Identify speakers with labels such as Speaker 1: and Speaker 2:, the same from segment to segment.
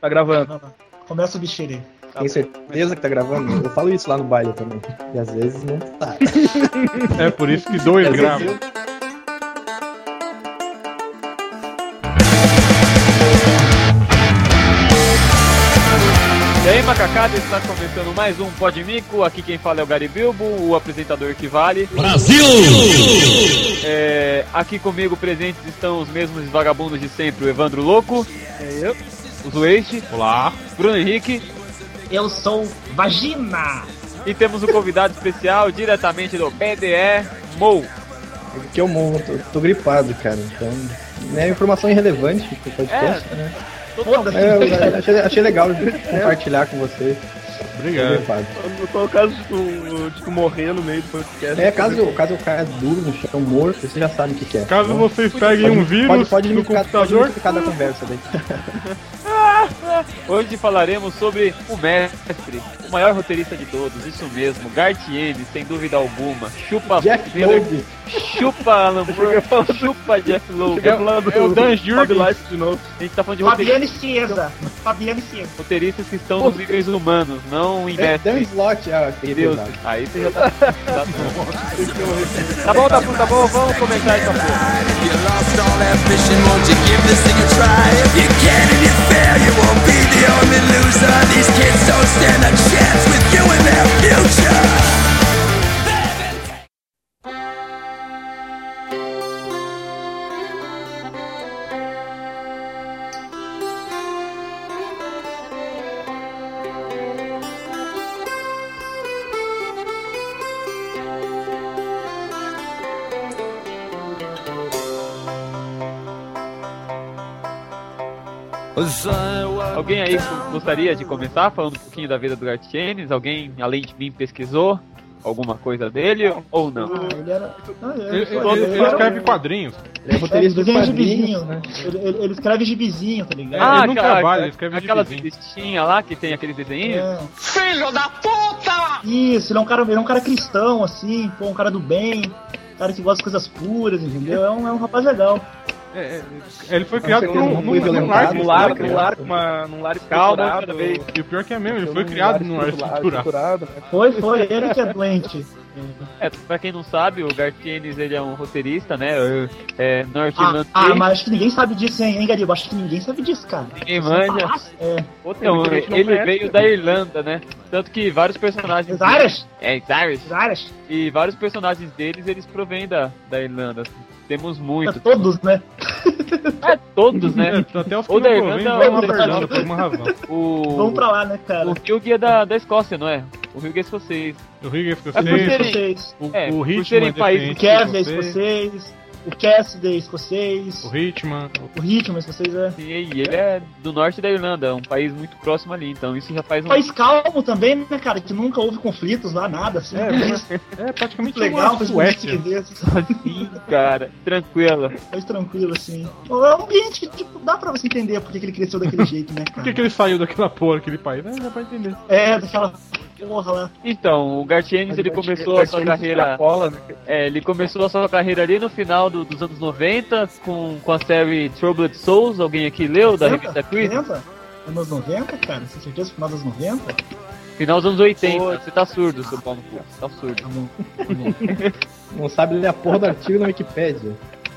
Speaker 1: Tá gravando.
Speaker 2: Não, não. Começa o bicho aí.
Speaker 3: Tem certeza que tá gravando? Eu falo isso lá no baile também. E às vezes não tá.
Speaker 4: É por isso que dois
Speaker 3: Às vezes
Speaker 4: gravam.
Speaker 3: eu-
Speaker 1: E aí, macacada, está começando mais um Podmico. Aqui quem fala é o Gary Bilbo, o apresentador que vale. Brasil! aqui comigo presentes estão os mesmos vagabundos de sempre: o Evandro Louco,
Speaker 2: É
Speaker 1: o Zueixe,
Speaker 4: Olá.
Speaker 1: Bruno Henrique.
Speaker 2: Eu sou Vagina!
Speaker 1: E temos um convidado especial diretamente do PDE, Mou.
Speaker 3: É Porque eu morro, tô, tô gripado, cara. Então, né, informação irrelevante pro podcast.
Speaker 1: É,
Speaker 3: né?
Speaker 2: Foda-se!
Speaker 3: É, eu achei, achei legal de compartilhar com vocês. Tô
Speaker 4: Obrigado.
Speaker 3: gripado.
Speaker 5: Qual o caso de tu, de tu morrer no meio do podcast?
Speaker 3: É, caso, caso eu caia duro no chão morto, vocês já sabem o que, que é.
Speaker 4: Caso
Speaker 3: Então,
Speaker 4: vocês peguem um vírus
Speaker 3: pode, pode me
Speaker 4: no
Speaker 3: ficar, pode
Speaker 4: computador,
Speaker 3: me ficar da conversa né? Então, daí.
Speaker 1: Hoje falaremos sobre o mestre, o maior roteirista de todos, isso mesmo, Gartiene, sem dúvida alguma. Chupa
Speaker 3: Jeff
Speaker 1: Miller,
Speaker 3: Gold,
Speaker 1: chupa Alan Moore, chupa Jeff Lowe.
Speaker 5: Chega falando
Speaker 4: é o Dan Jurgens.
Speaker 5: Bob Light de novo.
Speaker 1: A gente tá falando de roteirista.
Speaker 2: Fabiano Cieza! Fabiano Cieza!
Speaker 1: roteiristas que estão nos níveis humanos, não em
Speaker 5: É,
Speaker 3: Dan
Speaker 1: mestre.
Speaker 3: Slot, ah, que
Speaker 1: Meu Deus,
Speaker 3: pesado.
Speaker 1: aí você já tá. Tá bom,
Speaker 5: um
Speaker 1: tá bom, tá bom, tá bom, vamos começar essa porra.
Speaker 6: If you lost all ambition, won't you give this thing a try? If you can and you fail, you won't be the only loser. These kids don't stand a chance with you and their future.
Speaker 1: Alguém aí gostaria de começar falando um pouquinho da vida do Gartienes? Alguém além de mim pesquisou alguma coisa dele ou não?
Speaker 2: Ah, ele era. Ah, ele,
Speaker 4: ele,
Speaker 2: ele-
Speaker 4: ele-
Speaker 2: ele
Speaker 4: ele
Speaker 2: era-
Speaker 4: escreve quadrinhos.
Speaker 3: Ele é roteirista de
Speaker 2: desenha
Speaker 3: quadrinhos,
Speaker 2: gibizinho,
Speaker 3: né?
Speaker 2: Ele, ele- ele escreve gibizinho, tá ligado?
Speaker 4: Ah, ele
Speaker 1: É,
Speaker 4: não trabalha, ele escreve de
Speaker 1: aquelas
Speaker 4: vizinho.
Speaker 1: listinhas lá que tem aqueles desenhos.
Speaker 2: Filho da puta! É. Isso, ele é um cara, ele é um cara cristão, assim, pô, um cara do bem, um cara que gosta de coisas puras, entendeu? É um, é um rapaz legal.
Speaker 4: É, é, ele foi criado
Speaker 3: certeza,
Speaker 4: por um,
Speaker 3: não
Speaker 4: num,
Speaker 3: foi
Speaker 4: num
Speaker 3: violentado,
Speaker 4: lar
Speaker 3: não
Speaker 5: É, Num
Speaker 3: lá,
Speaker 5: lar,
Speaker 4: estruturado.
Speaker 5: num lar, uma, num lar
Speaker 1: né, Calma,
Speaker 5: estruturado.
Speaker 1: cada vez.
Speaker 4: E o pior que é mesmo, ele
Speaker 5: Num
Speaker 4: foi
Speaker 5: lar
Speaker 4: criado
Speaker 3: um
Speaker 4: num lar
Speaker 5: estruturado,
Speaker 4: estruturado.
Speaker 5: estruturado, né?
Speaker 2: Foi, foi, ele que é doente.
Speaker 1: É, pra quem não sabe, o Gartienes ele é um roteirista, né? É,
Speaker 2: Ah,
Speaker 1: norte-irlandês,
Speaker 2: ah, mas acho que ninguém sabe disso, hein, hein, Garibo? Acho que ninguém sabe disso, cara.
Speaker 1: ninguém manja.
Speaker 2: É,
Speaker 1: Então,
Speaker 5: Muita gente não
Speaker 1: ele
Speaker 5: conhece.
Speaker 1: veio da Irlanda, né? Tanto que vários personagens.
Speaker 2: Zaires,
Speaker 1: É, Irish.
Speaker 2: Zaires,
Speaker 1: E vários personagens deles, eles provêm da, da Irlanda. assim. Temos muitos.
Speaker 2: todos, né?
Speaker 1: É, todos, né?
Speaker 4: É, até os que
Speaker 1: Ou
Speaker 4: não
Speaker 1: da
Speaker 4: provêm
Speaker 1: Irlanda
Speaker 4: vão
Speaker 2: ou
Speaker 4: pra
Speaker 2: da
Speaker 4: Irlanda,
Speaker 2: Irlanda.
Speaker 4: por alguma razão.
Speaker 1: O,
Speaker 2: Vamos pra lá, né, cara?
Speaker 1: o Hugh é da, da Escócia, não é? O Hugh é escocês.
Speaker 4: O Riga é escocês,
Speaker 1: serem-
Speaker 2: Vocês,
Speaker 4: o,
Speaker 1: é,
Speaker 4: o
Speaker 1: por
Speaker 4: Ritmo
Speaker 1: serem
Speaker 4: é
Speaker 1: países
Speaker 2: o
Speaker 4: deficiente
Speaker 2: Kevin é
Speaker 4: escocês,
Speaker 2: escocês, o Cassidy é escocês,
Speaker 4: O Ritman,
Speaker 2: o Ritmo é escocês, é.
Speaker 1: E ele é do norte da Irlanda, um país muito próximo ali. Então isso já faz um.
Speaker 2: País calmo também, né, cara? Que nunca houve conflitos lá, nada, assim.
Speaker 4: É, mas- é praticamente
Speaker 2: legal,
Speaker 4: uma
Speaker 2: mas
Speaker 4: Suécia. assim.
Speaker 1: Sim, cara, tranquila.
Speaker 2: mais tranquilo, assim. É um ambiente que, tipo, dá pra você entender porque que ele cresceu daquele jeito, né,
Speaker 4: Por
Speaker 2: cara?
Speaker 4: que, que ele saiu daquela porra, aquele país? É, dá pra entender.
Speaker 2: É, daquela porra lá.
Speaker 1: Então, o Gartienes ele começou a
Speaker 3: um
Speaker 1: sua carreira.
Speaker 5: Extrapola, né?
Speaker 1: É, ele começou a sua carreira ali no final do- dos anos 90 com, com a série Troubled Souls. Alguém aqui leu da revista Quiz?
Speaker 2: 90? Anos 90, cara? Você certeza? Final dos 90?
Speaker 1: Final dos anos 80. Você tá surdo, seu Paulo. Você tá surdo.
Speaker 2: Tá bom, tá bom.
Speaker 3: Não sabe ler a porra do artigo na Wikipédia.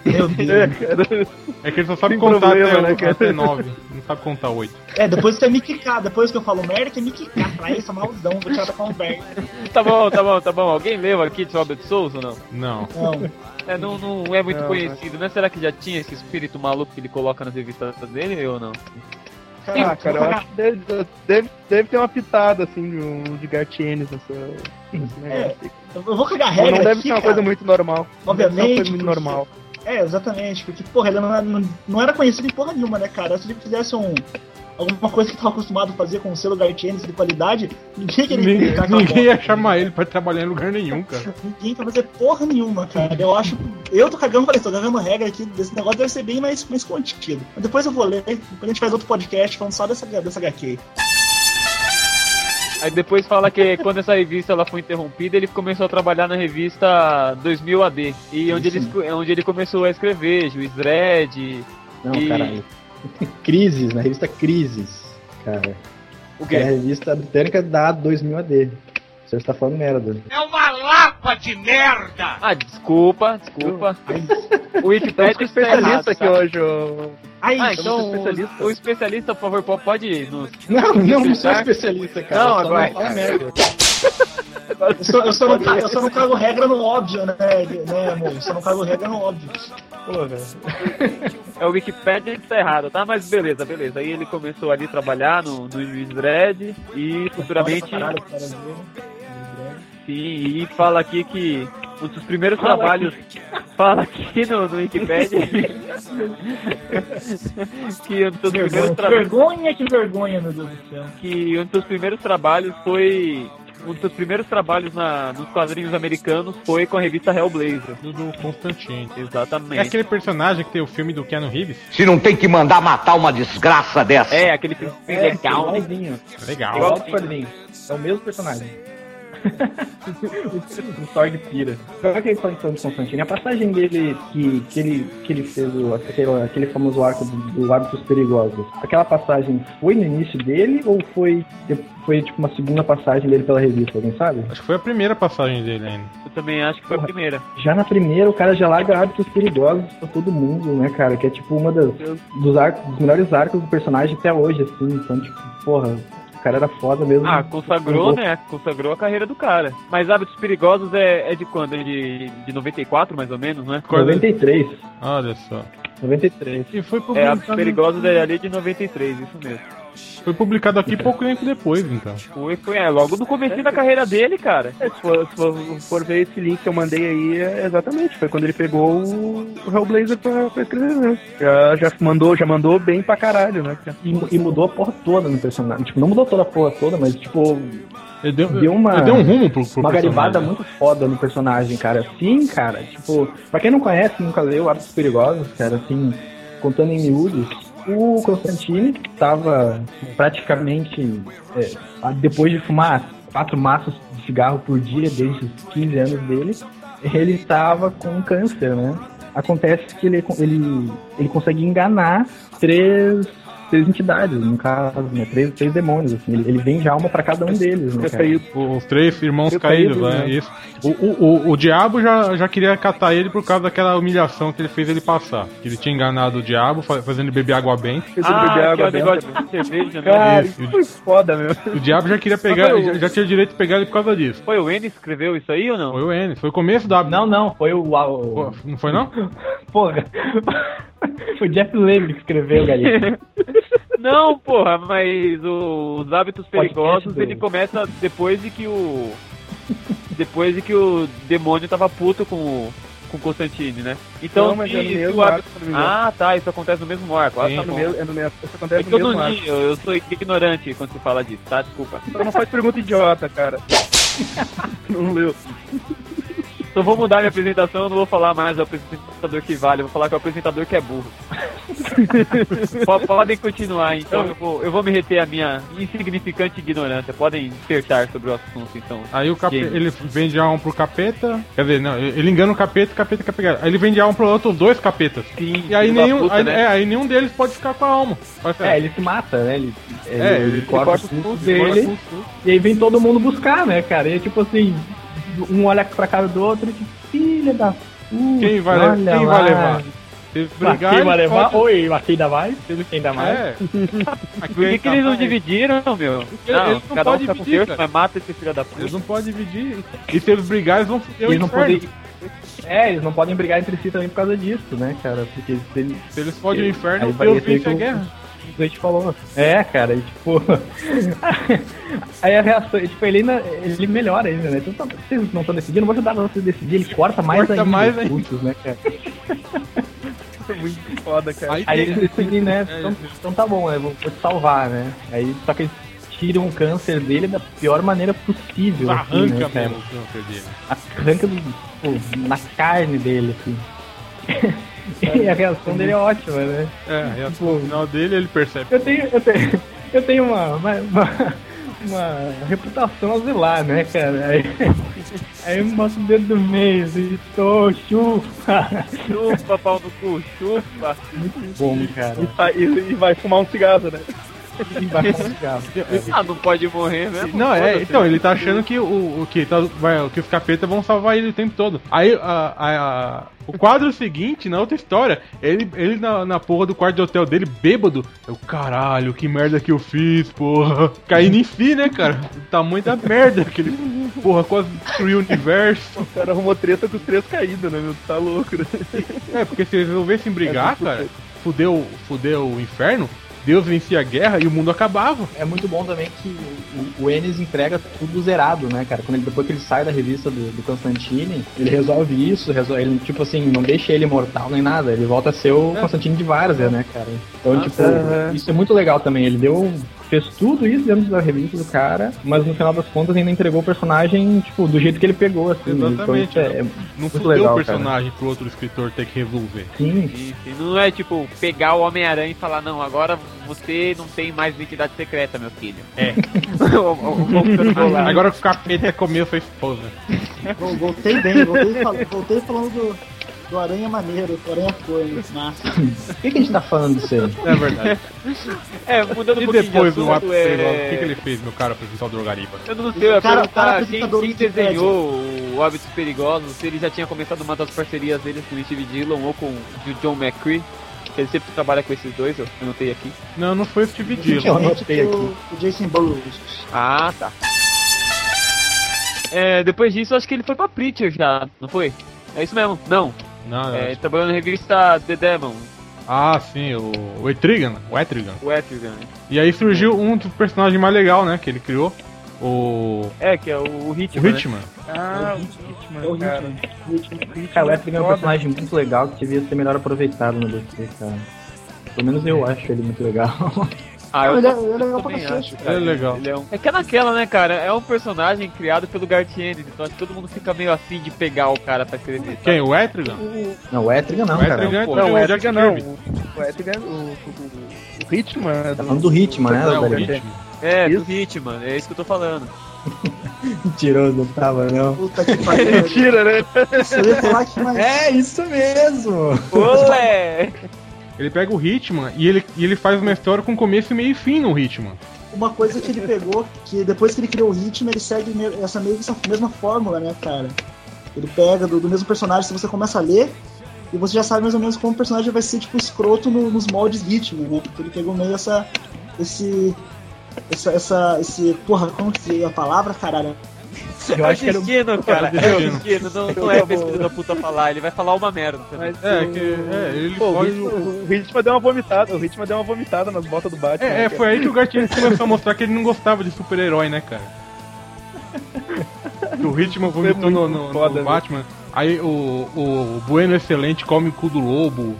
Speaker 2: Meu Deus.
Speaker 4: É que ele só sabe
Speaker 5: Tem
Speaker 4: contar
Speaker 5: problema,
Speaker 4: até,
Speaker 5: né, cara?
Speaker 4: até nove. Não sabe contar oito.
Speaker 2: É, depois você é me quicar. Depois que eu falo merda, você é me quicar. Pra isso, é maldão. Vou tirar da conversa.
Speaker 1: Tá bom, tá bom, tá bom. Alguém leu aqui Troubled Souls ou não?
Speaker 4: Não.
Speaker 2: Não.
Speaker 1: É, não, não é muito
Speaker 5: Não,
Speaker 1: conhecido, né? Será que já tinha esse espírito maluco que ele coloca nas revistas dele ou não?
Speaker 5: Ah, cara, eu acho que deve, deve, deve ter uma pitada, assim, de, um, de Gartienes nessa... nesse
Speaker 2: É,
Speaker 5: negócio.
Speaker 2: Eu vou cagar
Speaker 5: Não
Speaker 2: regra
Speaker 5: deve
Speaker 2: aqui,
Speaker 5: ser uma
Speaker 2: cara.
Speaker 5: coisa muito normal.
Speaker 2: Obviamente,
Speaker 5: Não deve ser uma coisa muito
Speaker 2: porque-
Speaker 5: normal.
Speaker 2: É, exatamente, porque, porra, ele não, não- não era conhecido em porra nenhuma, né, cara? Se ele fizesse um, alguma coisa que tava acostumado a fazer com o selo Gartienes de qualidade, ninguém queria
Speaker 4: Ninguém,
Speaker 2: implicar com a
Speaker 4: ninguém
Speaker 2: bola.
Speaker 4: ia chamar ele pra trabalhar em lugar nenhum, cara.
Speaker 2: Ninguém quer fazer porra nenhuma, cara. Eu acho. Eu tô cagando, falei, tô cagando regra aqui desse negócio, deve ser bem mais, mais contido. Mas depois eu vou ler, depois a gente faz outro podcast falando só dessa, dessa HQ.
Speaker 1: Aí depois fala que quando essa revista ela foi interrompida, ele começou a trabalhar na revista 2000 AD. E onde ele, esco- é onde ele começou a escrever Juiz Dredd.
Speaker 3: Não,
Speaker 1: E-
Speaker 3: caralho. Crises, na revista Crises. cara.
Speaker 1: O
Speaker 3: Que a
Speaker 7: É.
Speaker 1: quê?
Speaker 3: revista britânica dá 2000 AD. O senhor está falando merda.
Speaker 1: Ah, desculpa, desculpa. O
Speaker 7: Estamos
Speaker 1: Wikipedia
Speaker 7: com
Speaker 1: está errado.
Speaker 7: um especialista
Speaker 1: tá?
Speaker 7: aqui hoje, ô.
Speaker 2: Aí,
Speaker 1: Ah,
Speaker 2: então,
Speaker 1: então
Speaker 7: especialista.
Speaker 1: o, o especialista, por favor, po- pode nos...
Speaker 3: Não, não, não sou especialista, cara.
Speaker 1: Tá? Não,
Speaker 3: Eu só
Speaker 1: agora-
Speaker 3: Não falo merda.
Speaker 2: eu, só, eu, só não, ca- eu só não cago regra no óbvio, né, né amor? Eu só não cago regra no óbvio.
Speaker 1: É o Wikipedia que tá errado, tá? Mas beleza, beleza. Aí ele começou ali a trabalhar no, no Juiz Dredd e futuramente...
Speaker 2: Caralho, cara, viu?
Speaker 1: Sim, e fala aqui que um dos primeiros trabalhos. Fala aqui no, no Wikipedia. que, um dos primeiros
Speaker 2: Que
Speaker 1: tra-
Speaker 2: vergonha, que vergonha, meu Deus do céu.
Speaker 1: que um dos primeiros trabalhos foi. Um dos primeiros trabalhos na, nos quadrinhos americanos foi com a revista Hellblazer.
Speaker 4: Do, do Constantine. É
Speaker 1: Exatamente.
Speaker 4: aquele personagem que tem o filme do Keanu Reeves?
Speaker 6: Se não tem que mandar matar uma desgraça dessa.
Speaker 1: É, aquele príncipe
Speaker 3: É,
Speaker 1: legal.
Speaker 3: igualzinho.
Speaker 4: Legal.
Speaker 3: Igual os quadrinhos. É o mesmo personagem. o tipo Sorg pira. Sabe aquele que falando do Constantino? A passagem dele que, que, ele, que ele fez o, aquele, aquele famoso arco do, do Hábitos Perigosos. Aquela passagem foi no início dele ou foi, foi tipo uma segunda passagem dele pela revista? Alguém sabe?
Speaker 4: Acho que foi a primeira passagem dele ainda.
Speaker 1: Eu também acho que foi a primeira.
Speaker 3: Já na primeira, o cara já larga hábitos perigosos pra todo mundo, né, cara? Que é tipo uma das, dos, arcos, dos melhores arcos do personagem até hoje, assim. Então, tipo, porra, o cara era foda mesmo.
Speaker 1: Ah, consagrou, né? Consagrou a carreira do cara. Mas Hábitos Perigosos é, é de quando? É de, de 94, mais ou menos, né?
Speaker 4: Acorda-
Speaker 3: 93.
Speaker 4: Olha só.
Speaker 3: 93.
Speaker 4: E foi
Speaker 1: É, Hábitos
Speaker 4: publicado,
Speaker 1: Perigosos é ali de 93, isso mesmo.
Speaker 4: foi publicado aqui pouco tempo depois, então.
Speaker 1: Foi, foi, é, logo no começo da carreira dele, cara.
Speaker 7: É, se, for, se for- for ver esse link que eu mandei aí, é exatamente, foi quando ele pegou o o Hellblazer pra, pra escrever, né? Já, já mandou, já mandou bem pra caralho, né? cara?
Speaker 3: E, mu- e mudou a porra toda no personagem. Tipo, não mudou toda a porra toda, mas, tipo,
Speaker 4: Ele deu,
Speaker 3: Deu uma-
Speaker 4: ele deu um rumo pro, pro
Speaker 3: uma
Speaker 4: personagem.
Speaker 3: garibada muito foda no personagem, cara. Sim, cara. Tipo, pra quem não conhece, nunca leu Hábitos Perigosos, cara, assim, contando em miúdos, o Constantine tava praticamente, é, a- depois de fumar quatro maços de cigarro por dia desde os 15 anos dele, ele tava com câncer, né? Acontece que ele, ele, ele consegue enganar três, três entidades, no caso, né? Três, três demônios, assim. Ele, ele vende alma pra cada um deles, né,
Speaker 7: Fica
Speaker 3: cara?
Speaker 7: feio.
Speaker 4: Os três irmãos
Speaker 3: Eu
Speaker 4: caídos,
Speaker 3: caído,
Speaker 4: né?
Speaker 3: né?
Speaker 4: Isso. O, o, o, o diabo já, já queria catar ele por causa daquela humilhação que ele fez ele passar. Que ele tinha enganado o diabo, fa- fazendo ele beber água bem.
Speaker 7: Esqueci de beber
Speaker 1: Ah, que é
Speaker 7: um água É.
Speaker 1: o
Speaker 7: dentro.
Speaker 1: negócio de cerveja, né?
Speaker 7: Cara,
Speaker 4: Isso.
Speaker 7: isso foi foda mesmo.
Speaker 4: O diabo já queria pegar, já, já tinha direito de pegar ele por causa disso.
Speaker 1: Foi o N que escreveu isso aí ou não?
Speaker 4: Foi o Enes, foi o começo da.
Speaker 3: Não, não, foi o. a-
Speaker 4: Pô,
Speaker 3: o
Speaker 4: Não foi não?
Speaker 3: porra! foi o Jeff Lemmy que escreveu, galera.
Speaker 1: Não, porra, mas o- os hábitos
Speaker 3: Podcast
Speaker 1: perigosos
Speaker 3: do-
Speaker 1: ele começa depois de que o. Depois de que o demônio tava puto com o com o Constantine, né? Então,
Speaker 7: Não, mas
Speaker 1: se-
Speaker 7: é no
Speaker 1: se
Speaker 7: mesmo
Speaker 1: o hábito-
Speaker 7: arco, se não me engano.
Speaker 1: Ah, tá, isso acontece no mesmo arco. Ah,
Speaker 4: Sim.
Speaker 1: tá
Speaker 7: É no
Speaker 1: bom.
Speaker 7: mesmo, é no mesmo, isso
Speaker 1: É
Speaker 7: acontece
Speaker 1: que
Speaker 7: no
Speaker 1: eu não
Speaker 7: mesmo arco.
Speaker 1: li, eu eu sou ignorante quando se fala disso, tá? Desculpa.
Speaker 7: Então não faz pergunta idiota, cara. não leu.
Speaker 1: Então vou mudar minha apresentação, eu não vou falar mais o apresentador que vale, eu vou falar que é o apresentador que é burro. Po- Podem continuar, então eu vou, eu vou me reter à minha insignificante ignorância. Podem dissertar sobre o assunto, então.
Speaker 4: Aí o capeta,
Speaker 1: Sim.
Speaker 4: ele vende a alma pro capeta. Quer dizer, não, ele engana o capeta, o capeta quer pegar. Aí ele vende a alma pro outro, dois capetas.
Speaker 1: Sim,
Speaker 4: E aí
Speaker 1: filho da
Speaker 4: nenhum,
Speaker 1: puta,
Speaker 4: aí,
Speaker 1: né?
Speaker 4: é, aí nenhum deles pode ficar com a alma. Vai ficar-
Speaker 3: É, ele se mata, né? Ele, ele,
Speaker 4: É,
Speaker 3: ele
Speaker 4: ele
Speaker 3: corta
Speaker 4: corta
Speaker 3: os pulsos
Speaker 4: pulsos,
Speaker 3: dele.
Speaker 4: corta os pulsos.
Speaker 3: E aí vem todo mundo buscar, né, cara? E é tipo assim, um olha pra cara do outro e tipo, filha da puta.
Speaker 4: Quem vai, le-
Speaker 3: olha
Speaker 4: quem
Speaker 3: lá.
Speaker 4: vai levar? Se eles
Speaker 3: Ah,
Speaker 4: brigarem,
Speaker 3: quem vai levar? né?
Speaker 4: pode-
Speaker 3: Oi, mas quem dá mais? Quem dá mais?
Speaker 4: É. Aqui
Speaker 1: Por que, que eles não
Speaker 4: tá-
Speaker 1: dividiram, meu?
Speaker 4: Ele-
Speaker 1: não,
Speaker 4: eles não
Speaker 1: cada um
Speaker 4: podem
Speaker 1: fica com
Speaker 4: dividir,
Speaker 1: Deus,
Speaker 4: cara.
Speaker 1: mas mata esse filho da
Speaker 4: Eles
Speaker 1: puta.
Speaker 4: não podem dividir. E se eles brigarem, eles vão foder o
Speaker 3: Eles não
Speaker 4: inferno.
Speaker 3: podem. É, eles não podem brigar entre si também por causa disso, né, cara? Porque se eles
Speaker 4: Se eles fodem o
Speaker 3: Aí
Speaker 4: inferno,
Speaker 3: vai
Speaker 4: Deus
Speaker 3: ter
Speaker 4: vence
Speaker 3: que
Speaker 4: a
Speaker 3: o-
Speaker 4: guerra.
Speaker 3: a gente falou. É, cara, e, tipo. aí a reação, e, tipo, ele ainda. Ele melhora ainda, né? Então, tá- vocês não estão decidindo, eu vou ajudar vocês a decidir. Ele corta mais
Speaker 4: Corta
Speaker 3: ainda
Speaker 4: mais
Speaker 3: os
Speaker 4: ainda.
Speaker 3: pulsos, né, cara?
Speaker 7: Muito foda, cara.
Speaker 4: Aí,
Speaker 3: Aí
Speaker 4: tem- É,
Speaker 3: eles decidem, né? Então, então tá bom, né? Vou, vou te salvar, né? Aí só que eles tiram o câncer dele da pior maneira possível. assim,
Speaker 4: arranca
Speaker 3: né, cara?
Speaker 4: mesmo o câncer dele.
Speaker 3: Arranca do, pô, na carne dele, assim. e a reação dele é ótima, né?
Speaker 4: É, aí no final dele ele percebe.
Speaker 3: Eu tenho, eu tenho, eu tenho uma, uma, uma- uma reputação a zelar, né, cara? Aí, aí eu mostro o dedo do meio e tô chupa.
Speaker 1: Chupa, pau no cu, chupa.
Speaker 3: Bom, cara.
Speaker 7: E, sai- e- e vai fumar um cigarro, né?
Speaker 3: Embaixo do carro.
Speaker 1: Ah, não pode morrer mesmo?
Speaker 4: um Não, é,
Speaker 1: Foda-se.
Speaker 4: então, ele tá achando que o, o que, tá- vai- que os capetas vão salvar ele o tempo todo. Aí, a- a- a- o quadro seguinte, na outra história, ele, ele na, na porra do quarto de hotel dele, bêbado. Eu, caralho, que merda que eu fiz, porra. Caindo em si, né, cara? O tamanho da merda que ele, porra, quase destruiu o universo.
Speaker 5: O cara arrumou treta com os três caídos, né, meu? Tu Tá louco, né? É, tipo,
Speaker 4: É, porque se eles resolvessem brigar, cara, fudeu, fudeu o inferno, Deus vencia a guerra e o mundo acabava.
Speaker 3: É muito bom também que o, o- o Ennis entrega tudo zerado, né, cara? Quando ele, depois que ele sai da revista do, do Constantine, ele resolve isso, resolve, ele, tipo assim, não deixa ele imortal nem nada, ele volta a ser o Constantine de Várzea, né, cara? Então, tipo,
Speaker 5: aham.
Speaker 3: isso é muito legal também. Ele deu. fez tudo isso dentro da revista do cara, mas no final das contas ainda entregou o personagem, tipo, do jeito que ele pegou, assim. Então,
Speaker 4: Exatamente,
Speaker 3: isso é, é-
Speaker 4: Não
Speaker 3: Muito
Speaker 4: fudeu
Speaker 3: legal,
Speaker 4: o personagem pro outro escritor ter que resolver.
Speaker 3: sim,
Speaker 1: Isso, e não é tipo pegar o Homem-Aranha e falar, não, agora você não tem mais identidade secreta, meu filho.
Speaker 4: É.
Speaker 1: O- o- o- o-
Speaker 4: Agora o capeta comeu sua esposa.
Speaker 2: Bom, voltei bem, voltei, fal- voltei falando do, do Aranha Maneiro, do Aranha Foi, né? massa.
Speaker 3: Por que, que a gente tá falando disso aí?
Speaker 4: É verdade.
Speaker 1: É, mudando um
Speaker 4: E
Speaker 1: pouquinho
Speaker 4: depois
Speaker 1: de
Speaker 4: do ato
Speaker 1: assunto, é...
Speaker 4: o que, que ele fez, meu cara, apresentar o Drogariba?
Speaker 1: Eu não sei, eu ia
Speaker 2: O cara- o cara
Speaker 1: perguntar
Speaker 2: um
Speaker 1: quem,
Speaker 2: apresentador
Speaker 1: quem
Speaker 2: Wikipedia.
Speaker 1: desenhou o Hábitos Perigosos, se ele já tinha começado uma das parcerias dele com o Steve Dillon ou com o John McCree. que Ele sempre trabalha com esses dois, eu anotei aqui.
Speaker 4: Não, não foi o Steve Dillon.
Speaker 3: Eu anotei aqui.
Speaker 2: O, o Jason Burrows.
Speaker 1: Ah, tá. É, depois disso, acho que ele foi pra Preacher já, não foi? É isso mesmo, não.
Speaker 4: Não,
Speaker 1: É,
Speaker 4: é...
Speaker 1: ele trabalhou na revista The Demon,
Speaker 4: Ah, sim, o, o Etrigan, o Etrigan.
Speaker 1: o né? Etrigan.
Speaker 4: E aí surgiu um dos personagens mais legais, né, que ele criou, o,
Speaker 1: É, que é o, o
Speaker 4: o
Speaker 5: Tipo,
Speaker 1: Hitman. né?
Speaker 4: Hitman.
Speaker 5: Ah, o Hitman,
Speaker 2: É o
Speaker 5: cara.
Speaker 2: Hitman.
Speaker 3: Cara, o Etrigan é um personagem muito legal que devia ser melhor aproveitado no DC, cara. Pelo menos eu acho ele muito legal.
Speaker 1: Ah,
Speaker 2: Ele é,
Speaker 1: eu
Speaker 2: ele é legal pra
Speaker 1: também
Speaker 2: cacete.
Speaker 1: acho, cara.
Speaker 4: Ele é legal.
Speaker 1: Ele é, um... é que é naquela, né, cara? É um personagem criado pelo Garth Ennis, então acho que todo mundo fica meio assim de pegar o cara pra escrever. sabe?
Speaker 4: Quem, o Etrigan?
Speaker 3: Não, o Etrigan não,
Speaker 4: o
Speaker 3: cara.
Speaker 4: Etrigan é
Speaker 5: Não,
Speaker 4: do
Speaker 5: o
Speaker 4: Jack
Speaker 5: Etrigan não.
Speaker 4: Kirby.
Speaker 5: O Etrigan, o, o, o Hitman. é
Speaker 3: Tá falando do Hitman, né?
Speaker 4: É, o
Speaker 3: Etrigan.
Speaker 4: Hitman.
Speaker 1: É, do
Speaker 5: Isso.
Speaker 1: Hitman, é isso que eu tô falando.
Speaker 3: Mentiroso, não tava, não.
Speaker 2: Puta que pariu.
Speaker 5: Mentira, né?
Speaker 2: Eu ia falar que mais.
Speaker 3: É isso mesmo!
Speaker 1: Olé!
Speaker 4: Ele pega o Hitman e ele, e ele faz uma história com começo, meio e fim no Hitman.
Speaker 2: Uma coisa que ele pegou, que depois que ele criou o ritmo, ele segue me- essa mesma, essa mesma fórmula, né, cara? Ele pega do, do mesmo personagem, se você começa a ler, e você já sabe mais ou menos como o personagem vai ser, tipo, escroto no- nos moldes ritmo, né? Porque ele pegou meio essa. esse. Essa, essa, esse, porra, como que é a palavra, caralho?
Speaker 3: Eu acho que
Speaker 1: é
Speaker 3: era
Speaker 1: o
Speaker 3: um-
Speaker 1: destino, cara. É o destino, não, não é
Speaker 5: Eu-
Speaker 1: pesquisa da puta falar, ele vai falar uma merda.
Speaker 5: Mas
Speaker 4: É,
Speaker 5: o-
Speaker 4: que, é ele
Speaker 5: Pô, o,
Speaker 4: foge
Speaker 5: ritmo,
Speaker 4: do...
Speaker 5: o Hitman deu uma vomitada, o Hitman deu uma vomitada nas botas do Batman.
Speaker 4: É, é,
Speaker 5: cara.
Speaker 4: foi aí que o Gartinho começou a mostrar que ele não gostava de super-herói, né, cara? Que o Hitman vomitou no, no- no
Speaker 5: foda, né?
Speaker 4: Batman. Aí o, o Bueno Excelente come o cu do lobo.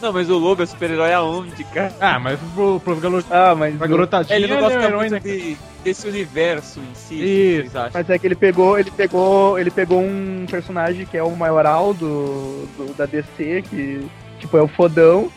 Speaker 1: Não, mas o Lobo é super-herói aonde, cara?
Speaker 4: Ah, mas pro, pros garotinhos.
Speaker 5: Ah, mas,
Speaker 4: Pra garotadinha,
Speaker 1: Ele não gosta
Speaker 4: é um herói,
Speaker 1: muito
Speaker 4: né, cara?
Speaker 1: de- desse universo em si, assim,
Speaker 4: Isso.
Speaker 1: vocês acham?
Speaker 5: mas é que ele pegou, ele pegou, ele pegou um personagem que é o maioral do, do- da DC, que tipo é o fodão.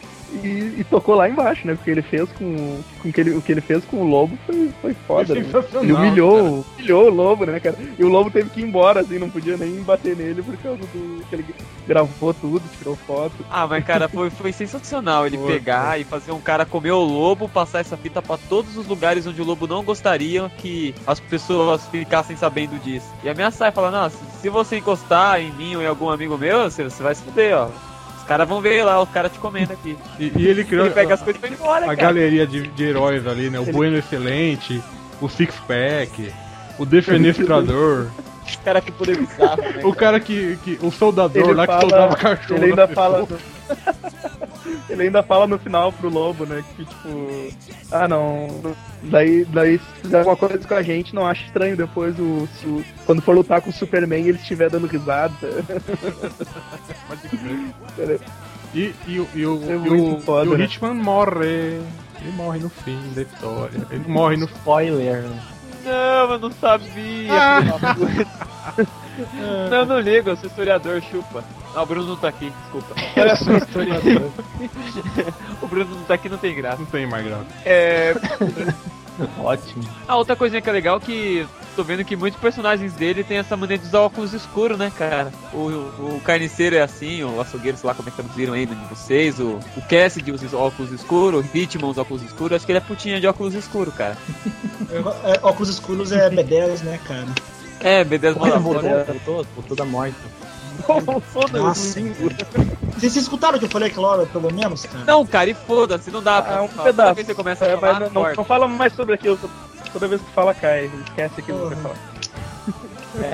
Speaker 5: E, e tocou lá embaixo, né? Porque ele fez com. com o que ele, o que ele fez com o Lobo foi, foi foda.
Speaker 4: Foi
Speaker 5: né?
Speaker 4: sensacional,
Speaker 5: Ele humilhou, humilhou o Lobo, né, cara? E o Lobo teve que ir embora, assim, não podia nem bater nele por causa do. que ele gravou tudo, tirou foto.
Speaker 1: Ah, mas cara, foi, foi sensacional ele
Speaker 4: Foi,
Speaker 1: pegar e fazer um cara comer o lobo, passar essa fita pra todos os lugares onde o lobo não gostaria que as pessoas ficassem sabendo disso. E ameaçar e falar, nossa, se você encostar em mim ou em algum amigo meu, você, você vai se fuder, ó. Os caras vão ver lá, os caras te comendo aqui.
Speaker 4: E, e ele criou
Speaker 1: né? Ele pega
Speaker 4: a,
Speaker 1: as coisas e vai embora,
Speaker 4: a
Speaker 1: cara.
Speaker 4: galeria de, de heróis ali, né? O Bueno Excelente, o Six Pack, o Defenestrador,
Speaker 1: Os caras que poder bizarro, né,
Speaker 4: o
Speaker 1: cara?
Speaker 4: cara que. que o soldador
Speaker 5: Ele
Speaker 4: lá que
Speaker 5: fala-
Speaker 4: soldava cachorro.
Speaker 5: Ele ainda
Speaker 4: na
Speaker 5: fala.
Speaker 4: pessoa.
Speaker 5: ele ainda fala no final pro lobo, né? Que tipo. Ah não. Daí, daí se fizer alguma coisa com a gente, não acho estranho depois o, se o- quando for lutar com o Superman e ele estiver dando risada.
Speaker 4: E, e, o- e o,
Speaker 5: É
Speaker 4: e
Speaker 5: muito
Speaker 4: o,
Speaker 5: foda,
Speaker 4: e o
Speaker 5: né?
Speaker 4: Hitman morre. Ele morre no fim da história. Ele morre no fim.
Speaker 3: Spoiler.
Speaker 1: Não, eu não sabia.
Speaker 4: Ah.
Speaker 1: filho da puta. não, eu não ligo, eu sou historiador, chupa. Ah, o Bruno não tá aqui, desculpa. O Bruno não tá aqui, não tem graça.
Speaker 4: Não tem mais graça.
Speaker 1: É,
Speaker 3: Ótimo.
Speaker 1: A outra coisinha que é legal é que tô vendo que muitos personagens dele tem essa mania de usar óculos escuros, né, cara? O, o, o carniceiro é assim, o açougueiro, sei lá como é que traduziram ainda de vocês, o, o Cassidy usa óculos escuros, o Hitman usa óculos escuros, acho que ele é putinha de óculos escuros, cara.
Speaker 2: É, é, óculos escuros é B10, né, cara?
Speaker 1: É, B10
Speaker 3: Olha,
Speaker 1: Malafora.
Speaker 3: voltou, voltou, voltou da morte.
Speaker 2: Nossa. Vocês escutaram o que eu falei aquela hora, pelo menos, cara?
Speaker 1: Não, cara, e foda-se, não dá.
Speaker 3: é
Speaker 5: Ah, um
Speaker 1: Toda
Speaker 5: pedaço.
Speaker 1: vez que você começa a
Speaker 5: É,
Speaker 1: falar,
Speaker 5: mas não, não,
Speaker 1: corta.
Speaker 5: não fala mais sobre aquilo. Toda vez que fala, cai. Esquece aquilo que você fala.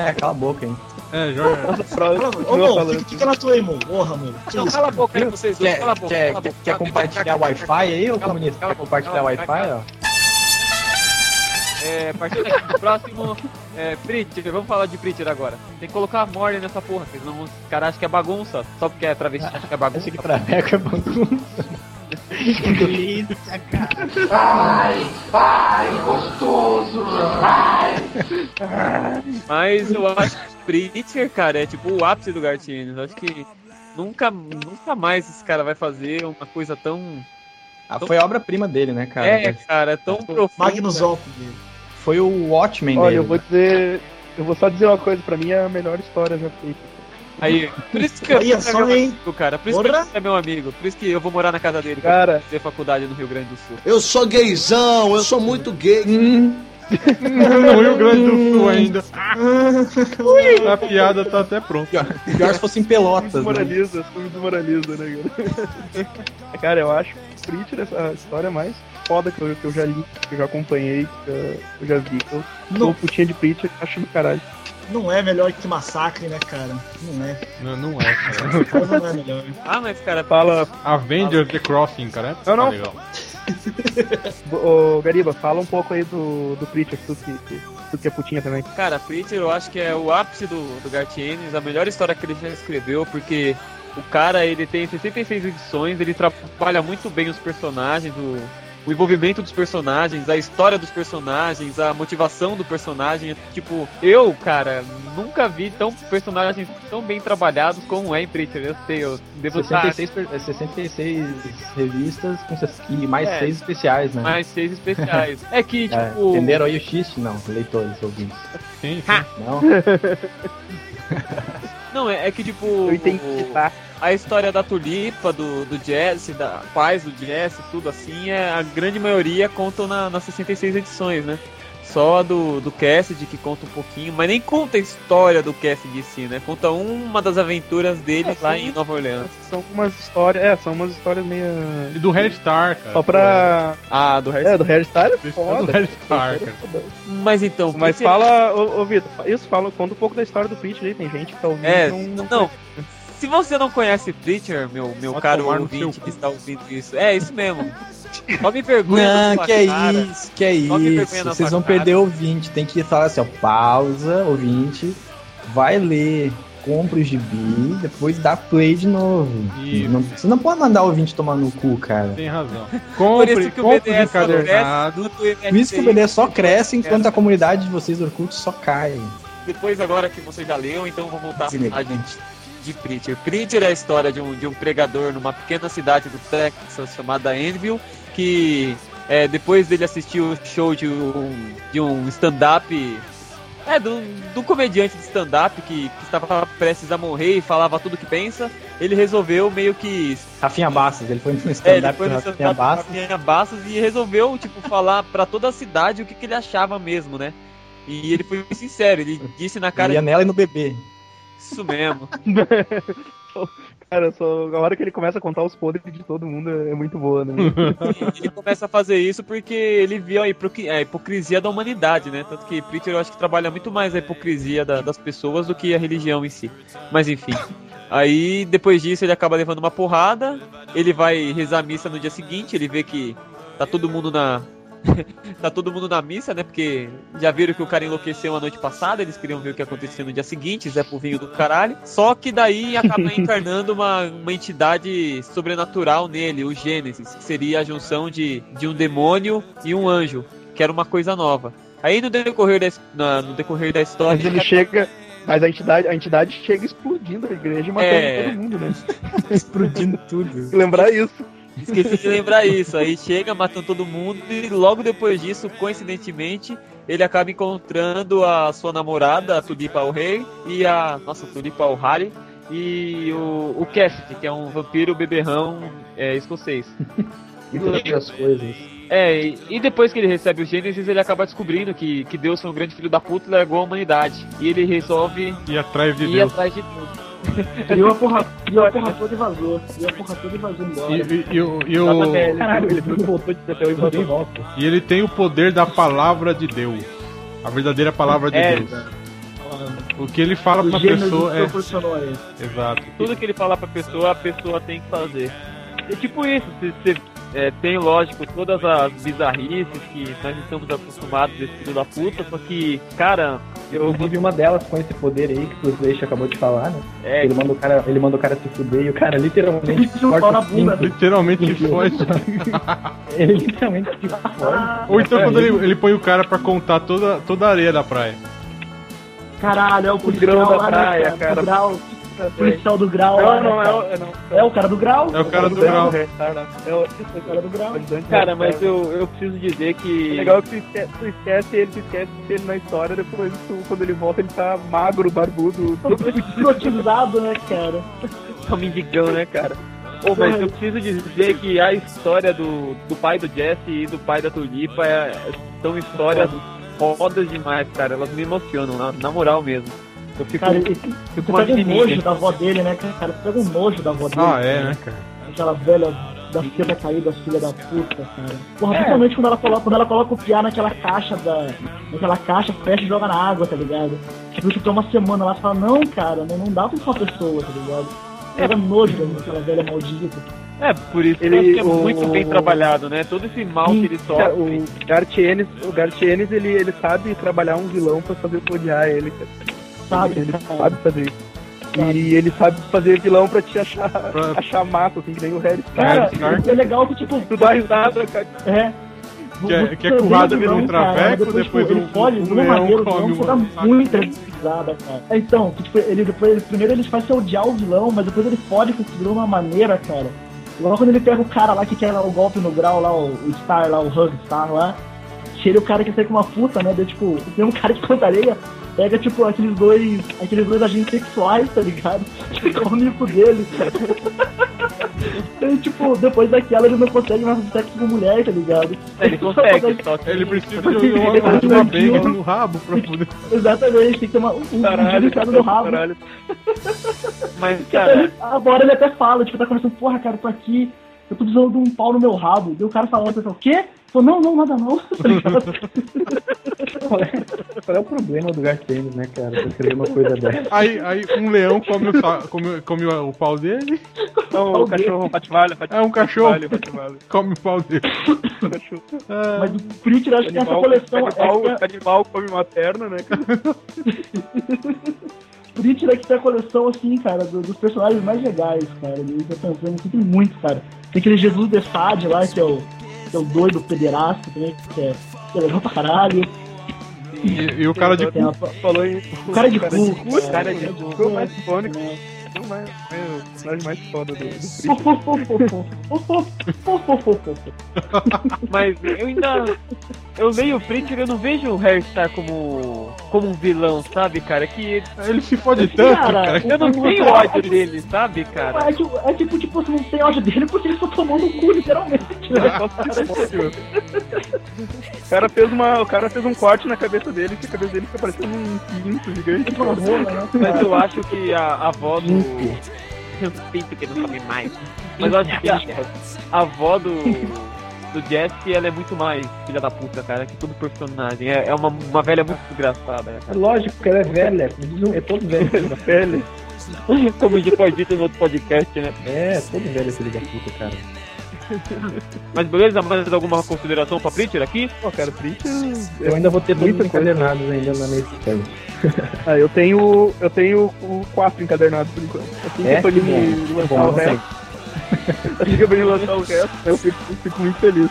Speaker 3: É, cala a boca, hein.
Speaker 4: É, Jorge.
Speaker 2: Fala, Ô, meu, fica, fica na tua aí, meu. Porra, meu. Que
Speaker 1: Não,
Speaker 2: isso?
Speaker 1: cala a boca aí vocês dois,
Speaker 3: Quer,
Speaker 1: cala a boca.
Speaker 3: quer,
Speaker 1: cala a
Speaker 3: quer,
Speaker 1: boca.
Speaker 3: quer compartilhar Wi-Fi aí, ô comunista? Quer compartilhar Wi-Fi, ó?
Speaker 1: É, a partir daqui, próximo. É, Pritcher, vamos falar de Pritcher agora. Tem que colocar a Morley nessa porra, porque senão os caras acham que é bagunça. Só porque é travesti, acha
Speaker 2: Ah,
Speaker 1: que é bagunça.
Speaker 3: Esse aqui pra Beca é bagunça.
Speaker 1: Mas eu acho que Preacher, cara, é tipo o ápice do Gartienes. Eu acho que nunca, nunca mais esse cara vai fazer uma coisa tão.
Speaker 3: Ah, foi a obra-prima dele, né, cara?
Speaker 1: é, cara, tão profunda.
Speaker 2: Magnus Op.
Speaker 3: Foi o Watchmen
Speaker 5: Olha,
Speaker 3: dele.
Speaker 5: eu vou dizer. Eu vou só dizer uma coisa, pra mim é a melhor história já feita.
Speaker 1: Aí, por isso que eu
Speaker 2: Aí é só,
Speaker 1: meu
Speaker 2: hein?
Speaker 1: amigo, cara. Por isso que
Speaker 2: Porra.
Speaker 1: ele é meu amigo. Por isso que eu vou morar na casa dele. Cara.
Speaker 5: Cara,
Speaker 1: Fazer faculdade no Rio Grande do Sul.
Speaker 8: Eu sou gaysão, eu sou muito gay.
Speaker 4: No Rio Grande do Sul ainda. A piada tá até pronta.
Speaker 3: Pior se fosse em Pelotas, né?
Speaker 5: desmoraliza, né? filme desmoraliza, né, cara? cara, eu acho que o Preacher é a história mais foda que eu, que eu já li, que eu já acompanhei, que eu, eu já vi. Eu sou
Speaker 2: Não,
Speaker 5: putinha de Preacher, acho do caralho.
Speaker 2: não é melhor que Massacre, né, cara? Não é.
Speaker 4: Não, não é, cara.
Speaker 2: Não é melhor.
Speaker 1: Ah, mas, cara,
Speaker 5: Fala,
Speaker 4: Avengers The Crossing, cara.
Speaker 5: Não, não.
Speaker 4: Tá legal.
Speaker 5: ô Gariba, fala um pouco aí do, do Preacher, tu que, que- tu que é putinha também.
Speaker 1: Cara, Preacher eu acho que é o ápice do, do Gartienes, a melhor história que ele já escreveu, porque o cara ele tem 66 edições, ele trabalha muito bem os personagens, o, o envolvimento dos personagens, a história dos personagens, a motivação do personagem. Tipo, eu, cara, nunca vi tão personagens tão bem trabalhados como é em Preacher. Eu sei, eu devo estar
Speaker 3: 66, per- é, 66 revistas com ses- e mais
Speaker 1: É.
Speaker 3: 6 especiais, né?
Speaker 1: mais seis especiais. É que,
Speaker 3: É,
Speaker 1: tipo,
Speaker 3: entenderam aí o xiste? Não, leitores, ouvintes.
Speaker 4: Sim, sim.
Speaker 3: Não?
Speaker 1: não, é, é que, tipo.
Speaker 5: Eu entendi, tá?
Speaker 1: a história da tulipa, do, do Jesse, da paz do Jesse, tudo assim, é, a grande maioria contam na, nas 66 edições, né? Só a do, do Cassidy que conta um pouquinho, mas nem conta a história do Cassidy em si, né? Conta uma das aventuras dele
Speaker 5: É,
Speaker 1: lá
Speaker 5: sim.
Speaker 1: em Nova Orleans.
Speaker 5: São umas histórias, é, são umas histórias meio...
Speaker 4: E do Red Star, cara.
Speaker 5: Só pra...
Speaker 1: Ah, do resto.
Speaker 5: É, do Harry Styles é
Speaker 4: Do
Speaker 5: Tá foda.
Speaker 4: Red Star, cara.
Speaker 1: Mas então,
Speaker 5: Mas
Speaker 1: porque-
Speaker 5: fala, ô, ô Vitor, isso, fala, conta um pouco da história do Preacher aí, tem gente que tá ouvindo
Speaker 1: É,
Speaker 5: e não- não
Speaker 1: não. Se você não conhece Preacher, meu, meu
Speaker 4: Vai
Speaker 1: caro
Speaker 4: tomar no
Speaker 1: ouvinte
Speaker 4: seu
Speaker 1: que está ouvindo isso, é isso mesmo. Só me vergonha na
Speaker 3: Não,
Speaker 1: sua
Speaker 3: que é
Speaker 1: cara.
Speaker 3: isso, que é
Speaker 1: Só me vergonha
Speaker 3: isso.
Speaker 1: na sua
Speaker 3: Vocês vão
Speaker 1: cara.
Speaker 3: perder o ouvinte. Tem que falar assim, ó, pausa, ouvinte, vai ler, compra o gibi, depois dá play de novo.
Speaker 4: Isso.
Speaker 3: Não- você não pode mandar o ouvinte tomar no cu, cara.
Speaker 4: Tem razão.
Speaker 1: Por
Speaker 4: Compre,
Speaker 1: isso que o
Speaker 4: compre o
Speaker 5: é
Speaker 1: BDS só
Speaker 4: encadernado.
Speaker 1: cresce, tudo e
Speaker 3: Por isso que o
Speaker 1: MSI.
Speaker 3: BD só cresce enquanto a comunidade de vocês do Orkut só cai.
Speaker 1: Depois agora que você já leu, então vou voltar a falar de,
Speaker 3: Deselegante.
Speaker 1: de Preacher. Preacher é a história de um, de um pregador numa pequena cidade do Texas chamada Anvil, que é, depois dele assistir o show de um, de um stand-up. É, do, do comediante de stand-up que, que estava prestes a morrer e falava tudo que pensa, ele resolveu meio que
Speaker 3: Rafinha Bastos, ele foi no
Speaker 1: é, ele
Speaker 3: stand-up
Speaker 1: foi
Speaker 3: do
Speaker 1: no
Speaker 3: Rafinha
Speaker 1: stand-up com
Speaker 3: Bastos.
Speaker 1: Rafinha Bastos e resolveu, tipo, falar pra toda a cidade o que, que ele achava mesmo, né? E ele foi sincero, ele disse na cara
Speaker 3: Ia nela e no bebê.
Speaker 1: isso mesmo.
Speaker 5: Cara, eu sou... a hora que ele começa a contar os podres de todo mundo é muito boa, né?
Speaker 1: E ele começa a fazer isso porque ele viu a, hipocri- a hipocrisia da humanidade, né? Tanto que Preacher eu acho que trabalha muito mais a hipocrisia da- das pessoas do que a religião em si. Mas enfim. Aí depois disso ele acaba levando uma porrada, ele vai rezar a missa no dia seguinte, ele vê que tá todo mundo na. tá todo mundo na missa, né? Porque já viram que o cara enlouqueceu a noite passada, eles queriam ver o que acontecia no dia seguinte, Zé Povinho do caralho. Só que daí acaba encarnando uma, uma entidade sobrenatural nele, o Gênesis, que seria a junção de, de um demônio e um anjo, que era uma coisa nova. Aí no decorrer da, his- na- no decorrer da história.
Speaker 5: Mas ele chega. Mas a entidade, a entidade chega explodindo a igreja e matando
Speaker 1: É.
Speaker 5: todo mundo, né?
Speaker 3: Explodindo tudo.
Speaker 5: Tem que Lembrar isso.
Speaker 1: Esqueci de lembrar isso. Aí chega, matam todo mundo e logo depois disso, coincidentemente, ele acaba encontrando a sua namorada, a Tulipa o Rei, e a. Nossa, Tulipa o Harry. E o, o Cassidy, que é um vampiro beberrão é, escocês.
Speaker 9: Entre as coisas.
Speaker 1: É, e, e depois que ele recebe o Gênesis, ele acaba descobrindo que, que Deus foi um grande filho da puta e largou a humanidade. E ele resolve
Speaker 4: E atrás de
Speaker 1: ir
Speaker 4: Deus.
Speaker 1: atrás de Deus.
Speaker 2: Criou a porra, criou a porra toda e vazou. Criou a porra toda e vazou
Speaker 4: E,
Speaker 2: embora.
Speaker 4: e, e o- e o-
Speaker 3: Caralho, ele voltou de até o Ivan volta.
Speaker 4: e ele tem o poder da palavra de Deus. A verdadeira palavra de
Speaker 1: É,
Speaker 4: Deus. O que ele fala pra
Speaker 2: O
Speaker 4: uma
Speaker 2: gênero
Speaker 4: pessoa é.
Speaker 2: proporcionou a ele.
Speaker 4: Exato.
Speaker 1: tudo que ele falar pra pessoa, a pessoa tem que fazer. É tipo isso, se você é, tem, lógico, todas as bizarrices que nós estamos acostumados desse filho da puta, só que, cara, eu
Speaker 3: Inclusive uma delas com esse poder aí que o Slash acabou de falar, né?
Speaker 1: é,
Speaker 3: Ele manda o cara, ele manda o cara se fuder e o cara literalmente
Speaker 2: Ele pediu um pau na bunda dele.
Speaker 4: Literalmente ele
Speaker 3: Sim.
Speaker 4: foge.
Speaker 3: Ele é literalmente É, se fode.
Speaker 4: Ou então quando ele, ele põe o cara pra contar toda, toda a areia da praia.
Speaker 2: Caralho, é o
Speaker 5: grão
Speaker 2: policial
Speaker 5: da
Speaker 2: lá,
Speaker 5: praia,
Speaker 2: né,
Speaker 5: cara. É.
Speaker 2: Do grau.
Speaker 5: tá?
Speaker 2: Policial do grau. lá,
Speaker 5: Não,
Speaker 2: né,
Speaker 5: não, é
Speaker 2: cara?
Speaker 5: o. É, não,
Speaker 2: É o cara do grau?
Speaker 4: É o cara do grau.
Speaker 5: É o, é o cara do grau.
Speaker 1: cara, mas eu, eu preciso dizer que...
Speaker 5: É legal que tu esquece, tu esquece ele, tu esquece ele na história, depois tu, quando ele volta ele tá magro, barbudo, todo
Speaker 2: Hipnotizado, né, cara?
Speaker 1: Tá mendigão, né, cara? Ô, mas eu preciso dizer que a história do, do pai do Jesse e do pai da Tulipa é- são histórias fodas demais, cara. Elas me emocionam, na, na moral mesmo. Eu fico,
Speaker 2: Cara, ele-
Speaker 1: fico
Speaker 2: Você
Speaker 1: uma
Speaker 2: pega um
Speaker 1: menininha.
Speaker 2: nojo da avó dele, né, cara? Você pega um nojo da avó dele.
Speaker 4: Ah, é, né, cara?
Speaker 2: Aquela velha da seda caída, filha da puta, cara.
Speaker 5: É.
Speaker 2: Porra, principalmente quando ela, coloca, quando ela coloca o piá naquela caixa da. Naquela caixa, fecha e joga na água, tá ligado? Tipo, isso tem uma semana lá e fala, não, cara, não, não dá pra ser uma pessoa, tá ligado? Pega nojo daquela velha maldita.
Speaker 1: É, por isso
Speaker 5: Ele-
Speaker 1: ele, que é
Speaker 5: o-
Speaker 1: muito bem trabalhado, né? Todo esse mal que ele
Speaker 5: Cara,
Speaker 1: sofre.
Speaker 5: o Gartienes, o Gartienes ele, ele sabe trabalhar um vilão pra fazer odiar ele, cara.
Speaker 2: Sabe,
Speaker 5: Ele
Speaker 2: cara?
Speaker 5: sabe fazer isso. E ele sabe fazer vilão pra te achar,
Speaker 4: Pra-
Speaker 5: achar massa, assim, que nem o Harry.
Speaker 2: Cara,
Speaker 4: Cara,
Speaker 2: é legal que, tipo,
Speaker 5: Tu dá risada, cara.
Speaker 2: é.
Speaker 4: Que é-
Speaker 2: você
Speaker 4: que é
Speaker 2: vê o
Speaker 4: currada
Speaker 2: vilão,
Speaker 4: pelo
Speaker 2: cara,
Speaker 4: traveco, depois
Speaker 2: tipo,
Speaker 4: um-
Speaker 2: ele fode,
Speaker 4: um
Speaker 2: um
Speaker 4: leão
Speaker 2: maneiro,
Speaker 4: come
Speaker 2: vilão, você
Speaker 4: uma
Speaker 2: dá
Speaker 4: saca.
Speaker 2: muita risada, cara. É, Então, que, tipo, ele depois, ele- primeiro ele faz você odiar o vilão, mas depois ele fode com o vilão de uma maneira, cara. Igual quando ele pega o cara lá que quer o golpe no grau lá, o, o Star lá, o Hug Star lá, tira o cara que sai com uma puta, né? Daí, tipo, tem um cara que pantareia, pega, tipo, aqueles dois, aqueles dois agentes sexuais, tá ligado? um Que come o dele, cara. Então, tipo, depois daquela ele não consegue mais fazer sexo com mulher, tá ligado?
Speaker 5: É,
Speaker 1: É, Ele consegue, só que
Speaker 4: Ele precisa de uma, uma,
Speaker 3: um
Speaker 4: uma pega no rabo pra poder.
Speaker 2: Exatamente, tem que ter uma, um, um
Speaker 5: Caralho,
Speaker 2: delicado no rabo.
Speaker 5: caralho.
Speaker 1: Mas, cara,
Speaker 2: Agora ele até fala, tipo, tá conversando, porra, cara, tô aqui, eu tô precisando de um pau no meu rabo. Daí o cara fala, o quê? Falou, não, não, nada não. Tá ligado?
Speaker 3: Qual é- qual é o problema do Gartênis, né, cara? Pra escrever uma coisa dessa.
Speaker 4: Aí, aí um leão come o, sa- come, come o pau dele,
Speaker 1: é um
Speaker 5: Não, o cachorro, pativalho, pativalho.
Speaker 4: é um cachorro
Speaker 5: Vale, vale, vale.
Speaker 4: come o pau dele.
Speaker 5: Cachorro.
Speaker 4: Ah,
Speaker 2: Mas o Pritcher, acho que essa
Speaker 5: Animal,
Speaker 2: coleção, é
Speaker 5: animal,
Speaker 2: essa,
Speaker 5: animal come uma perna, né? cara?
Speaker 2: Pritcher é que tem a coleção, assim, cara, do- dos personagens mais legais, cara. Eu tô pensando, assim, tem muito, cara. Tem aquele Jesus de Sade lá, que é o, que é o doido pederasta também, que é, que é legal pra caralho.
Speaker 4: e, e o cara de.
Speaker 2: Tem a,
Speaker 5: Falou em.
Speaker 2: o cara de cu,
Speaker 5: O cara de cu é o mais icônico,
Speaker 2: né?
Speaker 5: é o mais- é o personagem mais foda do. do
Speaker 1: mas eu ainda. Eu leio o Preacher e eu não vejo o Harry Star como, como um vilão, sabe, cara? Que
Speaker 4: Ele se fode tanto,
Speaker 2: Assim, Cara,
Speaker 4: cara.
Speaker 1: eu não tenho ódio dele, sabe, cara?
Speaker 2: tipo, É tipo, é tipo, tipo, você não tem ódio dele porque ele só tomou no cu, literalmente. né?
Speaker 5: O cara fez uma, o cara fez um corte na cabeça dele, que a cabeça dele fica parecendo um pinto gigante.
Speaker 2: Tipo, uma rola, né?
Speaker 1: Mas eu acho que a, a avó do. Pinto que não sabe mais. Mas eu acho que a, a avó do. Do Jesse, ela é muito mais filha da puta, cara, que todo personagem. É, é uma, uma velha muito desgraçada, né, cara.
Speaker 3: Lógico que ela é velha. É todo velho.
Speaker 5: Velho,
Speaker 1: Como já foi dito no outro podcast, né?
Speaker 3: É, todo velho esse liga puta, cara.
Speaker 1: Mas beleza, mais alguma consideração pra Preacher aqui?
Speaker 5: pô, cara, Pritch.
Speaker 3: Eu ainda vou ter
Speaker 5: Muita
Speaker 3: muitos encadernados ainda na minha esquerda.
Speaker 5: Ah, eu tenho, eu tenho o 4 encadernado por enquanto. Assim que
Speaker 3: É,
Speaker 5: eu tô de
Speaker 3: que bom.
Speaker 5: lançar
Speaker 3: Bom,
Speaker 5: o resto,
Speaker 3: né?
Speaker 5: assim que eu tô de lançar o resto, eu fico, eu fico muito feliz.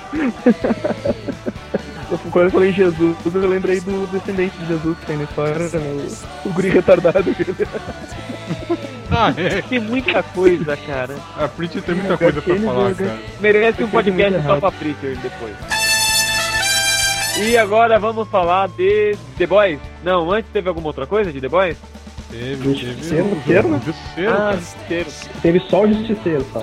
Speaker 5: Eu, quando eu falei em Jesus, eu lembrei do descendente de Jesus que tem na história, né? o, o guri retardado.
Speaker 4: Ah, é.
Speaker 10: Tem muita coisa, cara.
Speaker 4: A Pritch tem muita coisa pra falar, cara.
Speaker 10: Merece um podcast
Speaker 5: muito
Speaker 10: só pra Fritter depois. E agora vamos falar de The Boys. Não, antes teve alguma outra coisa de The Boys?
Speaker 4: Teve, teve.
Speaker 11: Justiceiro,
Speaker 4: o-
Speaker 11: justiceiro, né?
Speaker 4: o Justiceiro,
Speaker 3: Ah,
Speaker 4: cara.
Speaker 10: Justiceiro.
Speaker 11: Teve só o Justiceiro, só.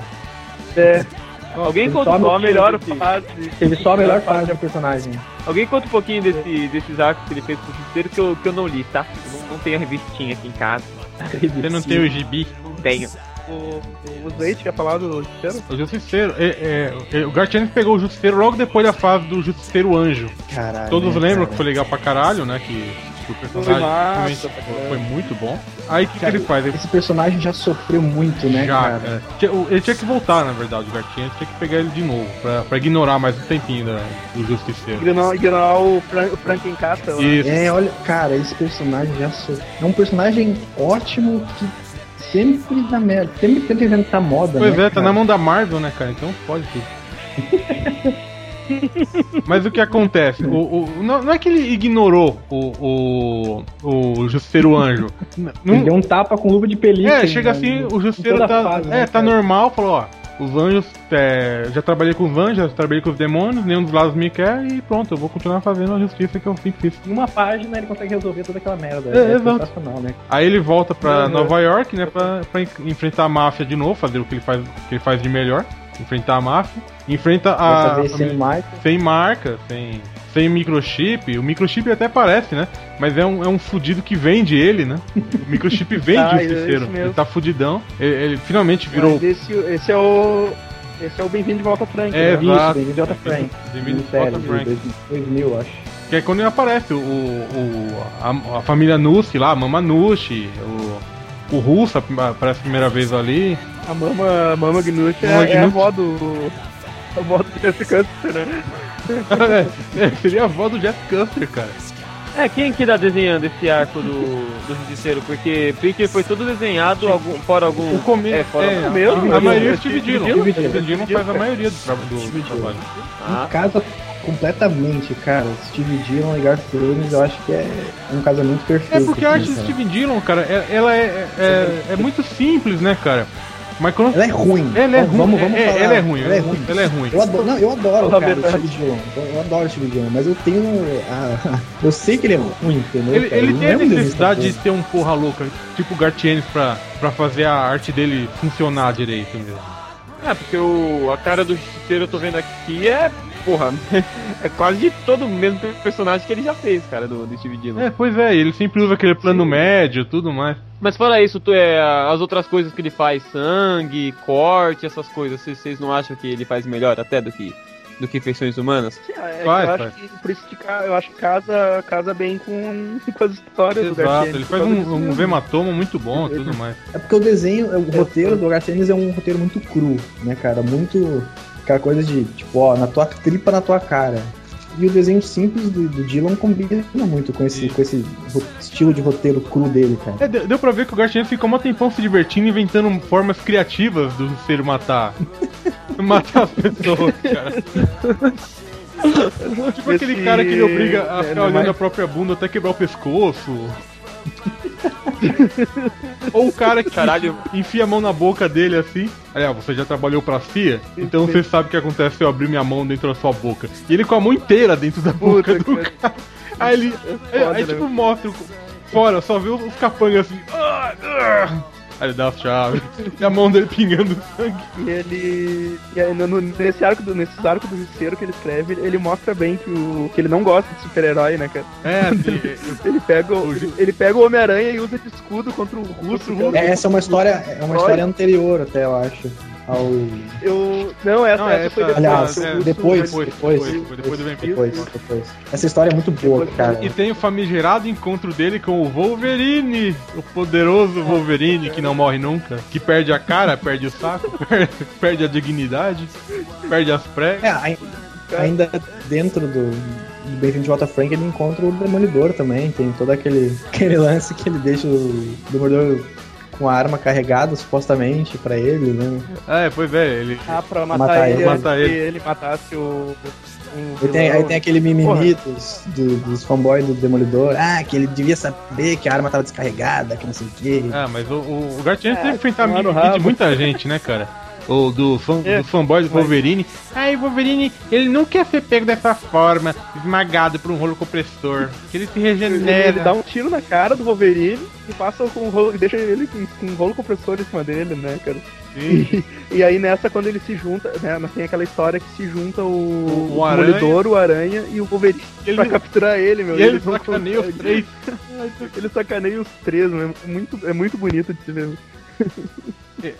Speaker 10: Alguém
Speaker 11: Ele
Speaker 10: conta um
Speaker 11: só
Speaker 10: só a
Speaker 11: no
Speaker 10: melhor
Speaker 11: filme.
Speaker 10: fase.
Speaker 11: Teve só a melhor fase do personagem.
Speaker 10: Alguém conta um pouquinho desse, desses arcos que ele fez com o Justiceiro que eu, que eu não li, tá? Eu Não, não tenho a revistinha aqui em casa.
Speaker 4: Você não tem o gibi.
Speaker 10: Não tenho.
Speaker 5: O, o Zeite quer falar do Justiceiro?
Speaker 4: O Justiceiro, é, é, é, o Gartianes pegou o Justiceiro logo depois da fase do Justiceiro Anjo.
Speaker 3: Caralho.
Speaker 4: Todos
Speaker 3: né,
Speaker 4: lembram que
Speaker 3: cara?
Speaker 4: foi legal pra caralho, né? Que, que o personagem realmente foi, muito bom. Aí o que, que ele faz? Ele
Speaker 3: Esse personagem já sofreu muito, né,
Speaker 4: já,
Speaker 3: cara?
Speaker 4: é, tinha- o- ele tinha que voltar, na verdade, o Gartianes tinha que pegar ele de novo, pra, pra ignorar mais um tempinho da- do Justiceiro.
Speaker 5: Ignorar ignorar o, Fran, o Franken Castle. né?
Speaker 4: Isso.
Speaker 3: É, olha, cara, esse personagem já sou. É um personagem ótimo que sempre dá merda. Sempre tá tentando tá moda.
Speaker 4: Pois
Speaker 3: né,
Speaker 4: é, tá
Speaker 3: cara?
Speaker 4: na mão da Marvel, né, cara? Então pode tudo. Mas o que acontece? O, o- não, não é que ele ignorou o, o, o Justiceiro Anjo. N-
Speaker 11: Ele
Speaker 4: não-
Speaker 11: deu um tapa com luva de película.
Speaker 4: é, chega
Speaker 11: né,
Speaker 4: assim,
Speaker 11: em-
Speaker 4: o
Speaker 11: em
Speaker 4: Justiceiro
Speaker 11: toda
Speaker 4: tá,
Speaker 11: a fase,
Speaker 4: é,
Speaker 11: né,
Speaker 4: tá
Speaker 11: cara?
Speaker 4: normal, falou, ó, os anjos, é, já trabalhei com os anjos, já trabalhei com os demônios, nenhum dos lados me quer e pronto, eu vou continuar fazendo a justiça que eu sempre fiz.
Speaker 11: Em uma página ele consegue resolver toda aquela merda.
Speaker 4: É,
Speaker 11: É,
Speaker 4: exato.
Speaker 11: sensacional, né?
Speaker 4: Aí ele volta pra
Speaker 11: Uhum.
Speaker 4: Nova York, né, pra, pra en- enfrentar a máfia de novo, fazer o que ele faz, que ele faz de melhor, enfrentar a máfia, enfrenta a...
Speaker 3: Dessa vez sem mais.
Speaker 4: sem marca, sem, sem microchip. O microchip até parece, né? Mas é um, é um fudido que vende ele, né? O microchip vende o
Speaker 5: Ah, é isso
Speaker 4: justiceiro.
Speaker 5: mesmo.
Speaker 4: ele tá fudidão. Ele, ele finalmente virou.
Speaker 5: Mas esse, esse é o. Esse é o Bem-vindo de Volta Frank.
Speaker 4: É,
Speaker 5: né?
Speaker 11: Isso,
Speaker 4: exato.
Speaker 11: David J. Frank.
Speaker 4: Jimmy
Speaker 11: Série,
Speaker 3: né?
Speaker 4: Scott Frank.
Speaker 11: 2000, eu acho.
Speaker 4: Que é quando ele aparece o, o, a, a família Nushi lá, a Mama Nushi, o, o Russo aparece a primeira vez ali.
Speaker 5: A Mama, Mama Gnush
Speaker 4: Mama
Speaker 5: é, é a
Speaker 4: Gnush.
Speaker 5: avó do. A avó do Jesse Custer, né?
Speaker 4: É, seria a avó do Jeff Custer, cara.
Speaker 10: É, quem que tá desenhando esse arco do, do Justiceiro? Porque Preacher foi todo desenhado, algum, fora algum.
Speaker 4: O começo.
Speaker 10: É, fora
Speaker 4: é,
Speaker 10: do-
Speaker 5: mesmo,
Speaker 4: a- a,
Speaker 5: mesmo.
Speaker 4: maioria é Steve Dillon.
Speaker 11: Steve Dillon.
Speaker 4: Steve Dillon faz a maioria do, tra- do trabalho.
Speaker 10: Ah,
Speaker 3: Casa completamente, cara. Steve Dillon e Garth Ennis, eu acho que é um casamento
Speaker 4: É
Speaker 3: perfeito.
Speaker 4: porque a
Speaker 3: assim,
Speaker 4: arte do
Speaker 3: cara.
Speaker 4: Steve Dillon, cara, é- ela é, é, é muito simples, né, cara? Mas quando.
Speaker 3: Ela é ruim.
Speaker 4: Ela é ruim.
Speaker 3: Vamos, vamos
Speaker 4: é,
Speaker 3: falar.
Speaker 4: ela é ruim.
Speaker 3: Ela é ruim.
Speaker 4: Ela é ruim.
Speaker 3: Eu adoro, não, eu adoro,
Speaker 5: Fala a
Speaker 3: cara, o
Speaker 5: verdade.
Speaker 3: Steve Dillon. Eu, eu adoro o Steve Dillon, mas eu tenho. a- eu sei que ele é ruim, entendeu?
Speaker 4: Ele,
Speaker 3: cara? é
Speaker 4: ele
Speaker 3: Eu
Speaker 4: tem a
Speaker 3: lembro dele nessa
Speaker 4: necessidade de ter um porra louca, tipo o Gartienes, pra, pra fazer a arte dele funcionar direito mesmo.
Speaker 10: Ah, porque o, a cara do Justiceiro eu tô vendo aqui é. Porra, é quase de todo o mesmo personagem que ele já fez, cara, do, do Steve Dillon.
Speaker 4: É, pois é, ele sempre usa aquele plano médio tudo mais.
Speaker 10: Mas fora isso, tu é as outras coisas que ele faz, sangue, corte, essas coisas, vocês- vocês não acham que ele faz melhor até do que do que feições humanas?
Speaker 5: É, é que
Speaker 4: Vai,
Speaker 5: eu
Speaker 4: vai.
Speaker 5: acho que por isso que ca- eu acho que casa, casa bem com, com as histórias do
Speaker 4: Exato,
Speaker 5: Garcia.
Speaker 4: ele faz um, um hematoma muito bom tudo mais.
Speaker 3: É porque o desenho, o roteiro do Garth Ennis é um roteiro muito cru, né, cara? Muito. Aquela coisa de, tipo, ó, na tua tripa, na tua cara. E o desenho simples do, do Dylan combina muito com esse,
Speaker 4: Isso.
Speaker 3: com esse ro- estilo de roteiro cru dele, cara.
Speaker 4: É, deu, deu pra ver que o Gartienes ficou mó tempão se divertindo, inventando formas criativas do ser matar. matar as pessoas, cara. tipo aquele
Speaker 5: Esse-
Speaker 4: cara que ele obriga a
Speaker 5: é,
Speaker 4: ficar
Speaker 5: não
Speaker 4: olhando
Speaker 5: vai-
Speaker 4: a própria bunda até quebrar o pescoço. Ou o cara que
Speaker 10: Caralho.
Speaker 4: enfia a mão na boca dele assim. Aí, ó, você já trabalhou pra CIA? Então você sabe o que acontece se eu abrir minha mão dentro da sua boca. E ele com a mão inteira dentro da boca
Speaker 5: Puta
Speaker 4: do
Speaker 5: que-
Speaker 4: cara. Aí ele. Aí,
Speaker 5: Foda,
Speaker 4: aí,
Speaker 5: né?
Speaker 4: tipo mostra o. Fora, só vê os capangas assim. "Ah, ah". Aí ele dá as chaves. e a mão dele pingando sangue.
Speaker 5: E ele. E aí, no- no- nesse arco do, nesses arcos do Justiceiro que ele escreve, ele mostra bem que, o, que ele não gosta de super-herói, né, cara?
Speaker 4: É, assim.
Speaker 5: Ele pega o, ele, ele pega o Homem-Aranha e usa de escudo contra o russo.
Speaker 3: É, essa é uma história, é uma história anterior até, eu acho. Ao...
Speaker 5: Eu. Não, essa,
Speaker 4: Não,
Speaker 5: essa,
Speaker 4: essa-
Speaker 5: foi depois.
Speaker 3: Aliás,
Speaker 5: O
Speaker 4: é,
Speaker 5: russo-
Speaker 3: depois,
Speaker 4: depois,
Speaker 3: depois,
Speaker 4: depois,
Speaker 3: depois,
Speaker 4: depois do Vampiro.
Speaker 3: depois, depois. Essa história é muito boa, cara.
Speaker 4: E tem o famigerado encontro dele com o Wolverine, o poderoso Wolverine que não morre nunca, que perde a cara, perde o saco, perde, perde a dignidade, perde as pregas.
Speaker 3: É, ai- ainda dentro do, do Bem-vindo de Volta Frank, ele encontra o Demolidor também. Tem todo aquele, aquele lance que ele deixa o Demolidor com a arma carregada, supostamente, pra ele, né?
Speaker 4: É, pois é, ele.
Speaker 5: Ah, pra matar,
Speaker 3: Matar
Speaker 5: ele,
Speaker 3: ele.
Speaker 5: antes
Speaker 4: Matar
Speaker 5: que
Speaker 4: ele.
Speaker 5: ele matasse o, um
Speaker 3: Aí tem,
Speaker 5: vilão.
Speaker 3: aí tem aquele mimimi dos, do- dos fanboys do Demolidor. Ah, que ele devia saber que a arma tava descarregada, que não sei o quê.
Speaker 4: Ah, mas o, o, o Gartinho teve que enfrentar
Speaker 5: É, tomar no
Speaker 4: mimimi de
Speaker 5: rabo.
Speaker 4: muita gente, né, cara? Ou do, fã,
Speaker 5: É,
Speaker 4: do fanboy do Wolverine. Ai, Wolverine, ele não quer ser pego dessa forma, esmagado por um rolo compressor. Que ele se
Speaker 5: Ele,
Speaker 4: regenera.
Speaker 5: ele dá um tiro na cara do Wolverine e passa com um rolo, deixa ele com, com um rolo compressor em cima dele, né, cara? E, e aí nessa, quando ele se junta, né, tem aquela história que se junta
Speaker 4: O-
Speaker 5: o,
Speaker 4: o
Speaker 5: o
Speaker 4: Aranha.
Speaker 5: Demolidor, o Aranha e o Wolverine
Speaker 4: Ele-
Speaker 5: pra capturar ele, meu.
Speaker 4: E ele
Speaker 5: não
Speaker 4: sacaneia os
Speaker 5: conseguem.
Speaker 4: três.
Speaker 5: Ele sacaneia os três, meu. É muito, é muito bonito de se ver.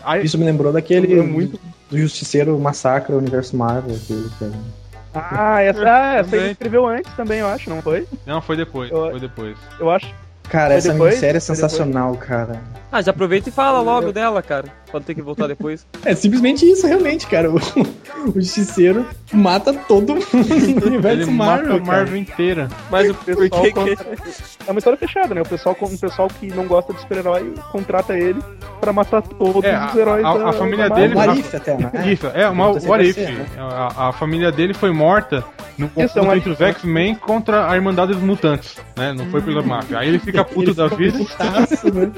Speaker 4: Aí,
Speaker 3: Isso me lembrou daquele
Speaker 5: É muito-
Speaker 3: do Justiceiro Massacra Universo Marvel. Que, cara.
Speaker 5: Ah, essa, ah, essa
Speaker 4: Também.
Speaker 5: ele escreveu antes também, eu acho, não foi?
Speaker 4: não, foi depois.
Speaker 5: Eu-
Speaker 4: Foi depois.
Speaker 5: Eu acho.
Speaker 3: Cara,
Speaker 5: Foi
Speaker 3: essa
Speaker 5: depois?
Speaker 3: minissérie é
Speaker 5: Foi
Speaker 3: sensacional, cara.
Speaker 1: Ah, já aproveita e fala logo dela, cara. Pra não ter que voltar depois.
Speaker 3: É simplesmente isso, realmente, cara. O, o Justiceiro mata todo mundo no
Speaker 4: Ele
Speaker 3: universo
Speaker 4: mata
Speaker 3: Marvel.
Speaker 4: a
Speaker 3: Marvel.
Speaker 4: Marvel inteira.
Speaker 5: Mas o pessoal
Speaker 1: que que-
Speaker 5: contra- É uma história fechada, né? O pessoal, o pessoal que não gosta de super-herói contrata ele pra matar todos
Speaker 4: É, a-
Speaker 5: os heróis.
Speaker 4: a-
Speaker 5: da-
Speaker 4: a família
Speaker 5: da
Speaker 4: dele-
Speaker 3: Cara. Uma
Speaker 5: Marvel.
Speaker 3: arife até, né?
Speaker 4: Isso, é uma
Speaker 3: Pergunta se
Speaker 4: what
Speaker 3: vai
Speaker 4: if.
Speaker 3: ser, né?
Speaker 4: A, a família dele foi morta no
Speaker 5: é
Speaker 4: confronto
Speaker 5: uma-
Speaker 4: entre os X-Men contra a Irmandade dos Mutantes, né? Não foi pela máfia. Aí ele fica puto da vida,
Speaker 3: Putaço, né?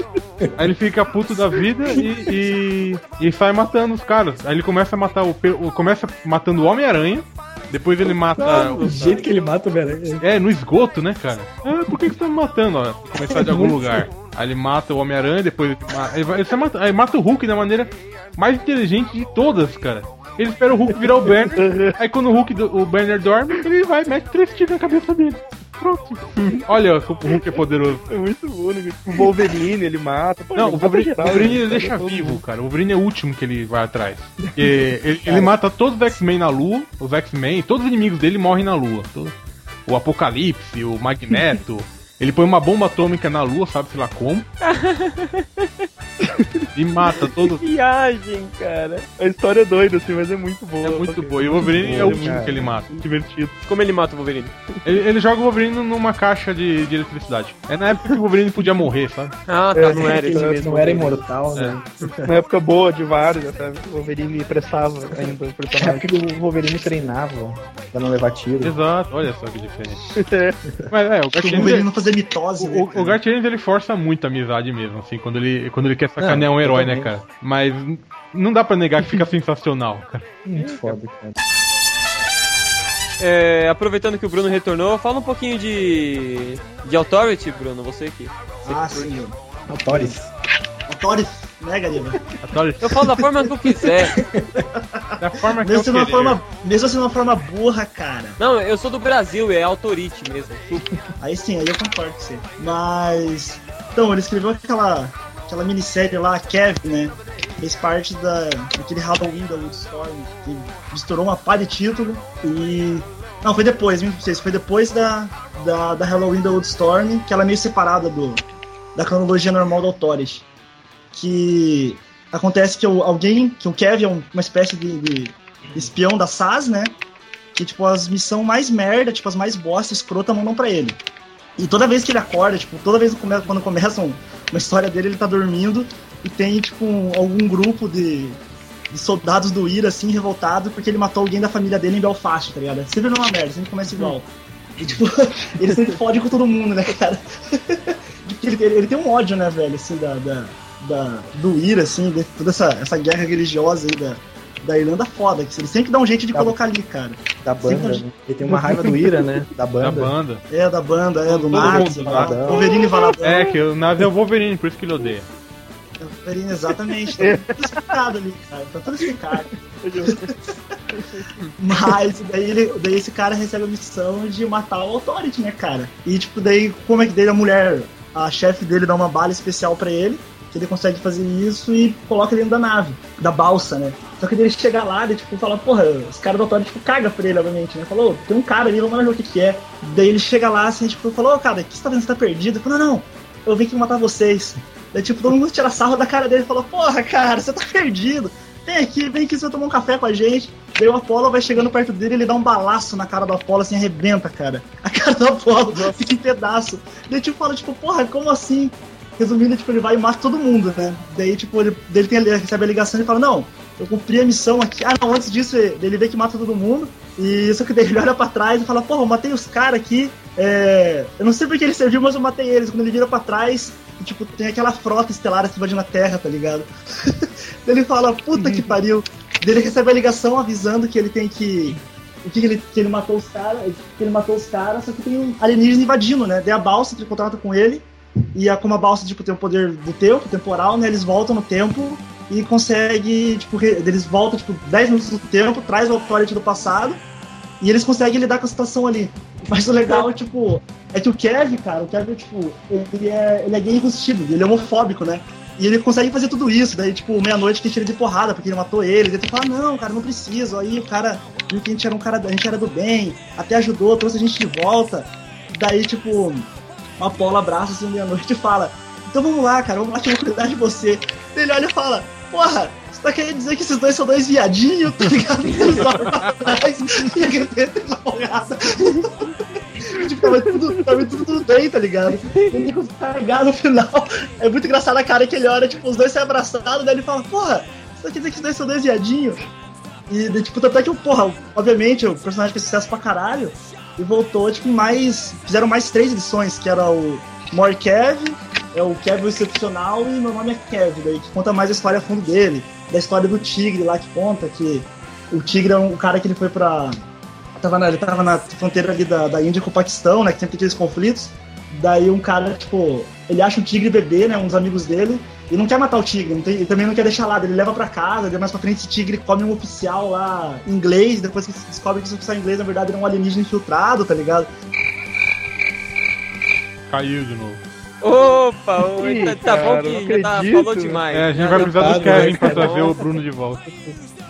Speaker 4: aí ele fica puto da vida e, e, e sai matando os caras. Aí ele começa a matar o, pe- o- começa matando o Homem-Aranha, depois ele mata
Speaker 3: O
Speaker 4: o-
Speaker 3: jeito que ele mata o Homem-Aranha.
Speaker 4: é, no esgoto, né, cara? Ah, por que, que você tá me matando? Ó, começar de algum lugar. Aí ele mata o Homem-Aranha, depois ele, ma- ele, vai- ele só mata, aí mata o Hulk da maneira mais inteligente de todas, cara. Ele espera o Hulk virar o Banner, aí quando o Hulk, do- o Banner dorme, ele vai e mete três tiros na cabeça dele. Pronto. Olha ó, como o Hulk é poderoso.
Speaker 5: É muito bom, né? O Wolverine, ele mata. Pô,
Speaker 4: Não,
Speaker 5: ele
Speaker 4: o
Speaker 5: mata
Speaker 4: Wolverine,
Speaker 5: geral,
Speaker 4: o Wolverine
Speaker 5: né?
Speaker 4: ele deixa vivo, cara. O Wolverine é o último que ele vai atrás. Porque ele, ele mata todos os X-Men na Lua, os X-Men, todos os inimigos dele morrem na Lua. Todo- O Apocalipse, o Magneto. ele põe uma bomba atômica na Lua, sabe se lá como. e mata todos.
Speaker 1: Viagem, cara.
Speaker 5: A história é doida, assim, mas é muito boa.
Speaker 4: É muito boa. E o Wolverine é o último
Speaker 3: cara.
Speaker 4: que ele mata.
Speaker 5: Divertido.
Speaker 1: Como ele mata o Wolverine?
Speaker 4: Ele, ele joga o Wolverine numa caixa de, de eletricidade. É na época que o Wolverine podia morrer, sabe?
Speaker 1: Ah, tá,
Speaker 5: É,
Speaker 1: não era
Speaker 3: Ele
Speaker 1: isso
Speaker 5: aquele-
Speaker 1: mesmo.
Speaker 3: não era imortal, né?
Speaker 5: Na época boa de vários, né, sabe? O Wolverine pressava ainda o
Speaker 3: Na
Speaker 5: personagem.
Speaker 3: época que o Wolverine treinava pra não levar tiro.
Speaker 4: Exato, olha só que diferente.
Speaker 5: É.
Speaker 4: Mas é, o
Speaker 2: Porque
Speaker 4: Garfield-
Speaker 2: o Wolverine não fazer mitose, né?
Speaker 4: O, o Garth Ennis, ele força muito a amizade mesmo, assim, quando ele, quando ele quer sacanear
Speaker 3: Não,
Speaker 4: um herói, né, cara?
Speaker 3: totalmente.
Speaker 4: Mas n- não dá pra negar que fica sensacional, cara.
Speaker 3: Muito foda, cara.
Speaker 1: É, aproveitando que o Bruno retornou, fala um pouquinho de. de Authority, Bruno, você aqui.
Speaker 2: Ah, sim.
Speaker 3: Autores.
Speaker 2: Autores, né, Gariba?
Speaker 4: Adoro-
Speaker 1: Eu falo da forma que eu quiser.
Speaker 4: Da forma que eu
Speaker 2: Mesmo sendo, é uma
Speaker 4: querer.
Speaker 2: forma, mesmo sendo uma forma burra, cara.
Speaker 1: Não, eu sou do Brasil, é Authority mesmo.
Speaker 2: Aí sim, aí eu concordo com você. Mas. Então, ele escreveu aquela, aquela minissérie lá, Kevin, né? Fez parte da, daquele Halloween da Wildstorm, que misturou uma pá de título e. Não, foi depois, minto pra vocês, foi depois da, da, da Halloween da Wildstorm, que ela é meio separada do, da cronologia normal do Authority. Que acontece que o- alguém, que o Kevin é um- uma espécie de, de espião da SAS, né? que, tipo, as missões mais merda, tipo, as mais bosta, escrota, mandam pra ele. E toda vez que ele acorda, tipo, toda vez que come- quando começa um- uma história dele, ele tá dormindo e tem, tipo, um- algum grupo de, de soldados do Ira, assim, revoltado porque ele matou alguém da família dele em Belfast, tá ligado? Sempre uma merda, sempre começa igual. E, tipo, ele sempre fode com todo mundo, né, cara? Porque ele, ele- ele tem um ódio, né, velho, assim, da, da, da- do Ira, assim, de toda essa, essa guerra religiosa aí da, da Irlanda foda, que ele sempre dá um jeito de
Speaker 3: Tá.
Speaker 2: colocar ali, cara.
Speaker 3: Da banda,
Speaker 2: Sim,
Speaker 3: né? Ele tem uma raiva do Ira, né? Da
Speaker 4: Da
Speaker 3: banda.
Speaker 4: banda.
Speaker 2: É, da banda, é, do
Speaker 4: Todo
Speaker 2: Max,
Speaker 4: mundo,
Speaker 2: Val-
Speaker 3: Valadão.
Speaker 2: Wolverine e Valadão.
Speaker 4: É, que o Nave é o Wolverine, por isso que ele odeia.
Speaker 2: Wolverine, exatamente. Tá tudo explicado ali, cara. Tá tudo explicado. Mas daí, ele, daí esse cara recebe a missão de matar o Authority, né, cara? E tipo, daí como é que dele a mulher, a chefe dele dá uma bala especial pra ele, que ele consegue fazer isso e coloca ele dentro da nave, da balsa, né? Só que daí ele chega lá e tipo, fala, porra, os caras do Authority tipo, caga pra ele, obviamente, né? Falou, tem um cara ali, vamos lá ver o que que é. Daí ele chega lá, assim, tipo, falou, ô cara, o que você tá fazendo? Você tá perdido? Ele falou, não, não, eu vim aqui matar vocês. Daí, tipo, todo mundo tira sarro da cara dele e falou, porra, cara, você tá perdido. Vem aqui, vem aqui, você vai tomar um café com a gente. Daí o Apollo vai chegando perto dele, ele dá um balaço na cara do Apollo, assim, arrebenta, cara. A cara do Apollo fica em pedaço. Daí, tipo, fala, tipo, porra, como assim? Resumindo, tipo, ele vai e mata todo mundo, né? Daí, tipo, ele, daí ele, tem, ele recebe a ligação e fala, não, eu cumpri a missão aqui. Ah, não, antes disso, ele vê que mata todo mundo. E só que daí ele olha pra trás e fala, porra, eu matei os caras aqui. é, Eu não sei porque ele serviu, mas eu matei eles. Quando ele vira pra trás, tipo, tem aquela frota estelar que invadindo a Terra, tá ligado? Daí ele fala, puta que pariu. Daí ele recebe a ligação avisando que ele tem que. O que, que ele, que ele matou os caras, que ele matou os caras, só que tem um alienígena invadindo, né? Daí a balsa entra em contato com ele, e a, como a balsa tipo, tem o poder do tempo, temporal, né? Eles voltam no tempo e consegue, tipo, re- eles voltam, tipo, 10 minutos do tempo, traz o Authority do passado, e eles conseguem lidar com a situação ali. Mas o legal, tipo, é que o Kev, cara, o Kev, tipo, ele é, ele é gay enrustido, ele é homofóbico, né? E ele consegue fazer tudo isso, daí, tipo, meia-noite que tira de porrada, porque ele matou ele, daí tu fala, não, cara, não preciso. Aí o cara viu que a gente era um cara, a gente era do bem, até ajudou, trouxe a gente de volta. Daí, tipo, o Apolo abraça assim meia-noite e fala, então vamos lá, cara, vamos lá que eu vou cuidar de você. Daí ele olha e fala, porra, você tá querendo dizer que esses dois são dois viadinhos, tá ligado? Eles olham pra trás e acreditam na porrada. Tipo, tava tudo, tava tudo, tudo bem, tá ligado? Ele tem que carregar no final. É muito engraçado a cara que ele olha, tipo, os dois se abraçados, daí ele fala, porra, você tá querendo dizer que esses dois são dois viadinhos? E, de- tipo, tanto é que, porra, obviamente, o personagem fez sucesso pra caralho. E voltou, tipo, em mais. Fizeram mais três edições, que era o More Kev, é o Kev o Excepcional e Meu Nome é Kev, daí que conta mais a história a fundo dele. Da história do Tigre lá, que conta que o Tigre é um cara que ele foi pra. Tava na, ele tava na fronteira ali da, da Índia com o Paquistão, né? Que sempre tem aqueles conflitos. Daí um cara, tipo, ele acha o tigre bebê, né? Uns amigos dele, e não quer matar o tigre, não tem- ele também não quer deixar lá, daí ele leva pra casa, daí mais pra frente esse tigre come um oficial lá inglês, depois que se descobre que esse oficial inglês, na verdade, era um alienígena infiltrado, tá ligado?
Speaker 4: Caiu de novo.
Speaker 1: Opa, ô,
Speaker 4: Ih,
Speaker 1: tá, tá
Speaker 4: cara,
Speaker 1: bom
Speaker 4: não
Speaker 1: que já tá-
Speaker 4: acredito.
Speaker 1: falou demais.
Speaker 4: É, a gente vai precisar do
Speaker 1: né,
Speaker 4: Kevin então. pra trazer o Bruno de volta.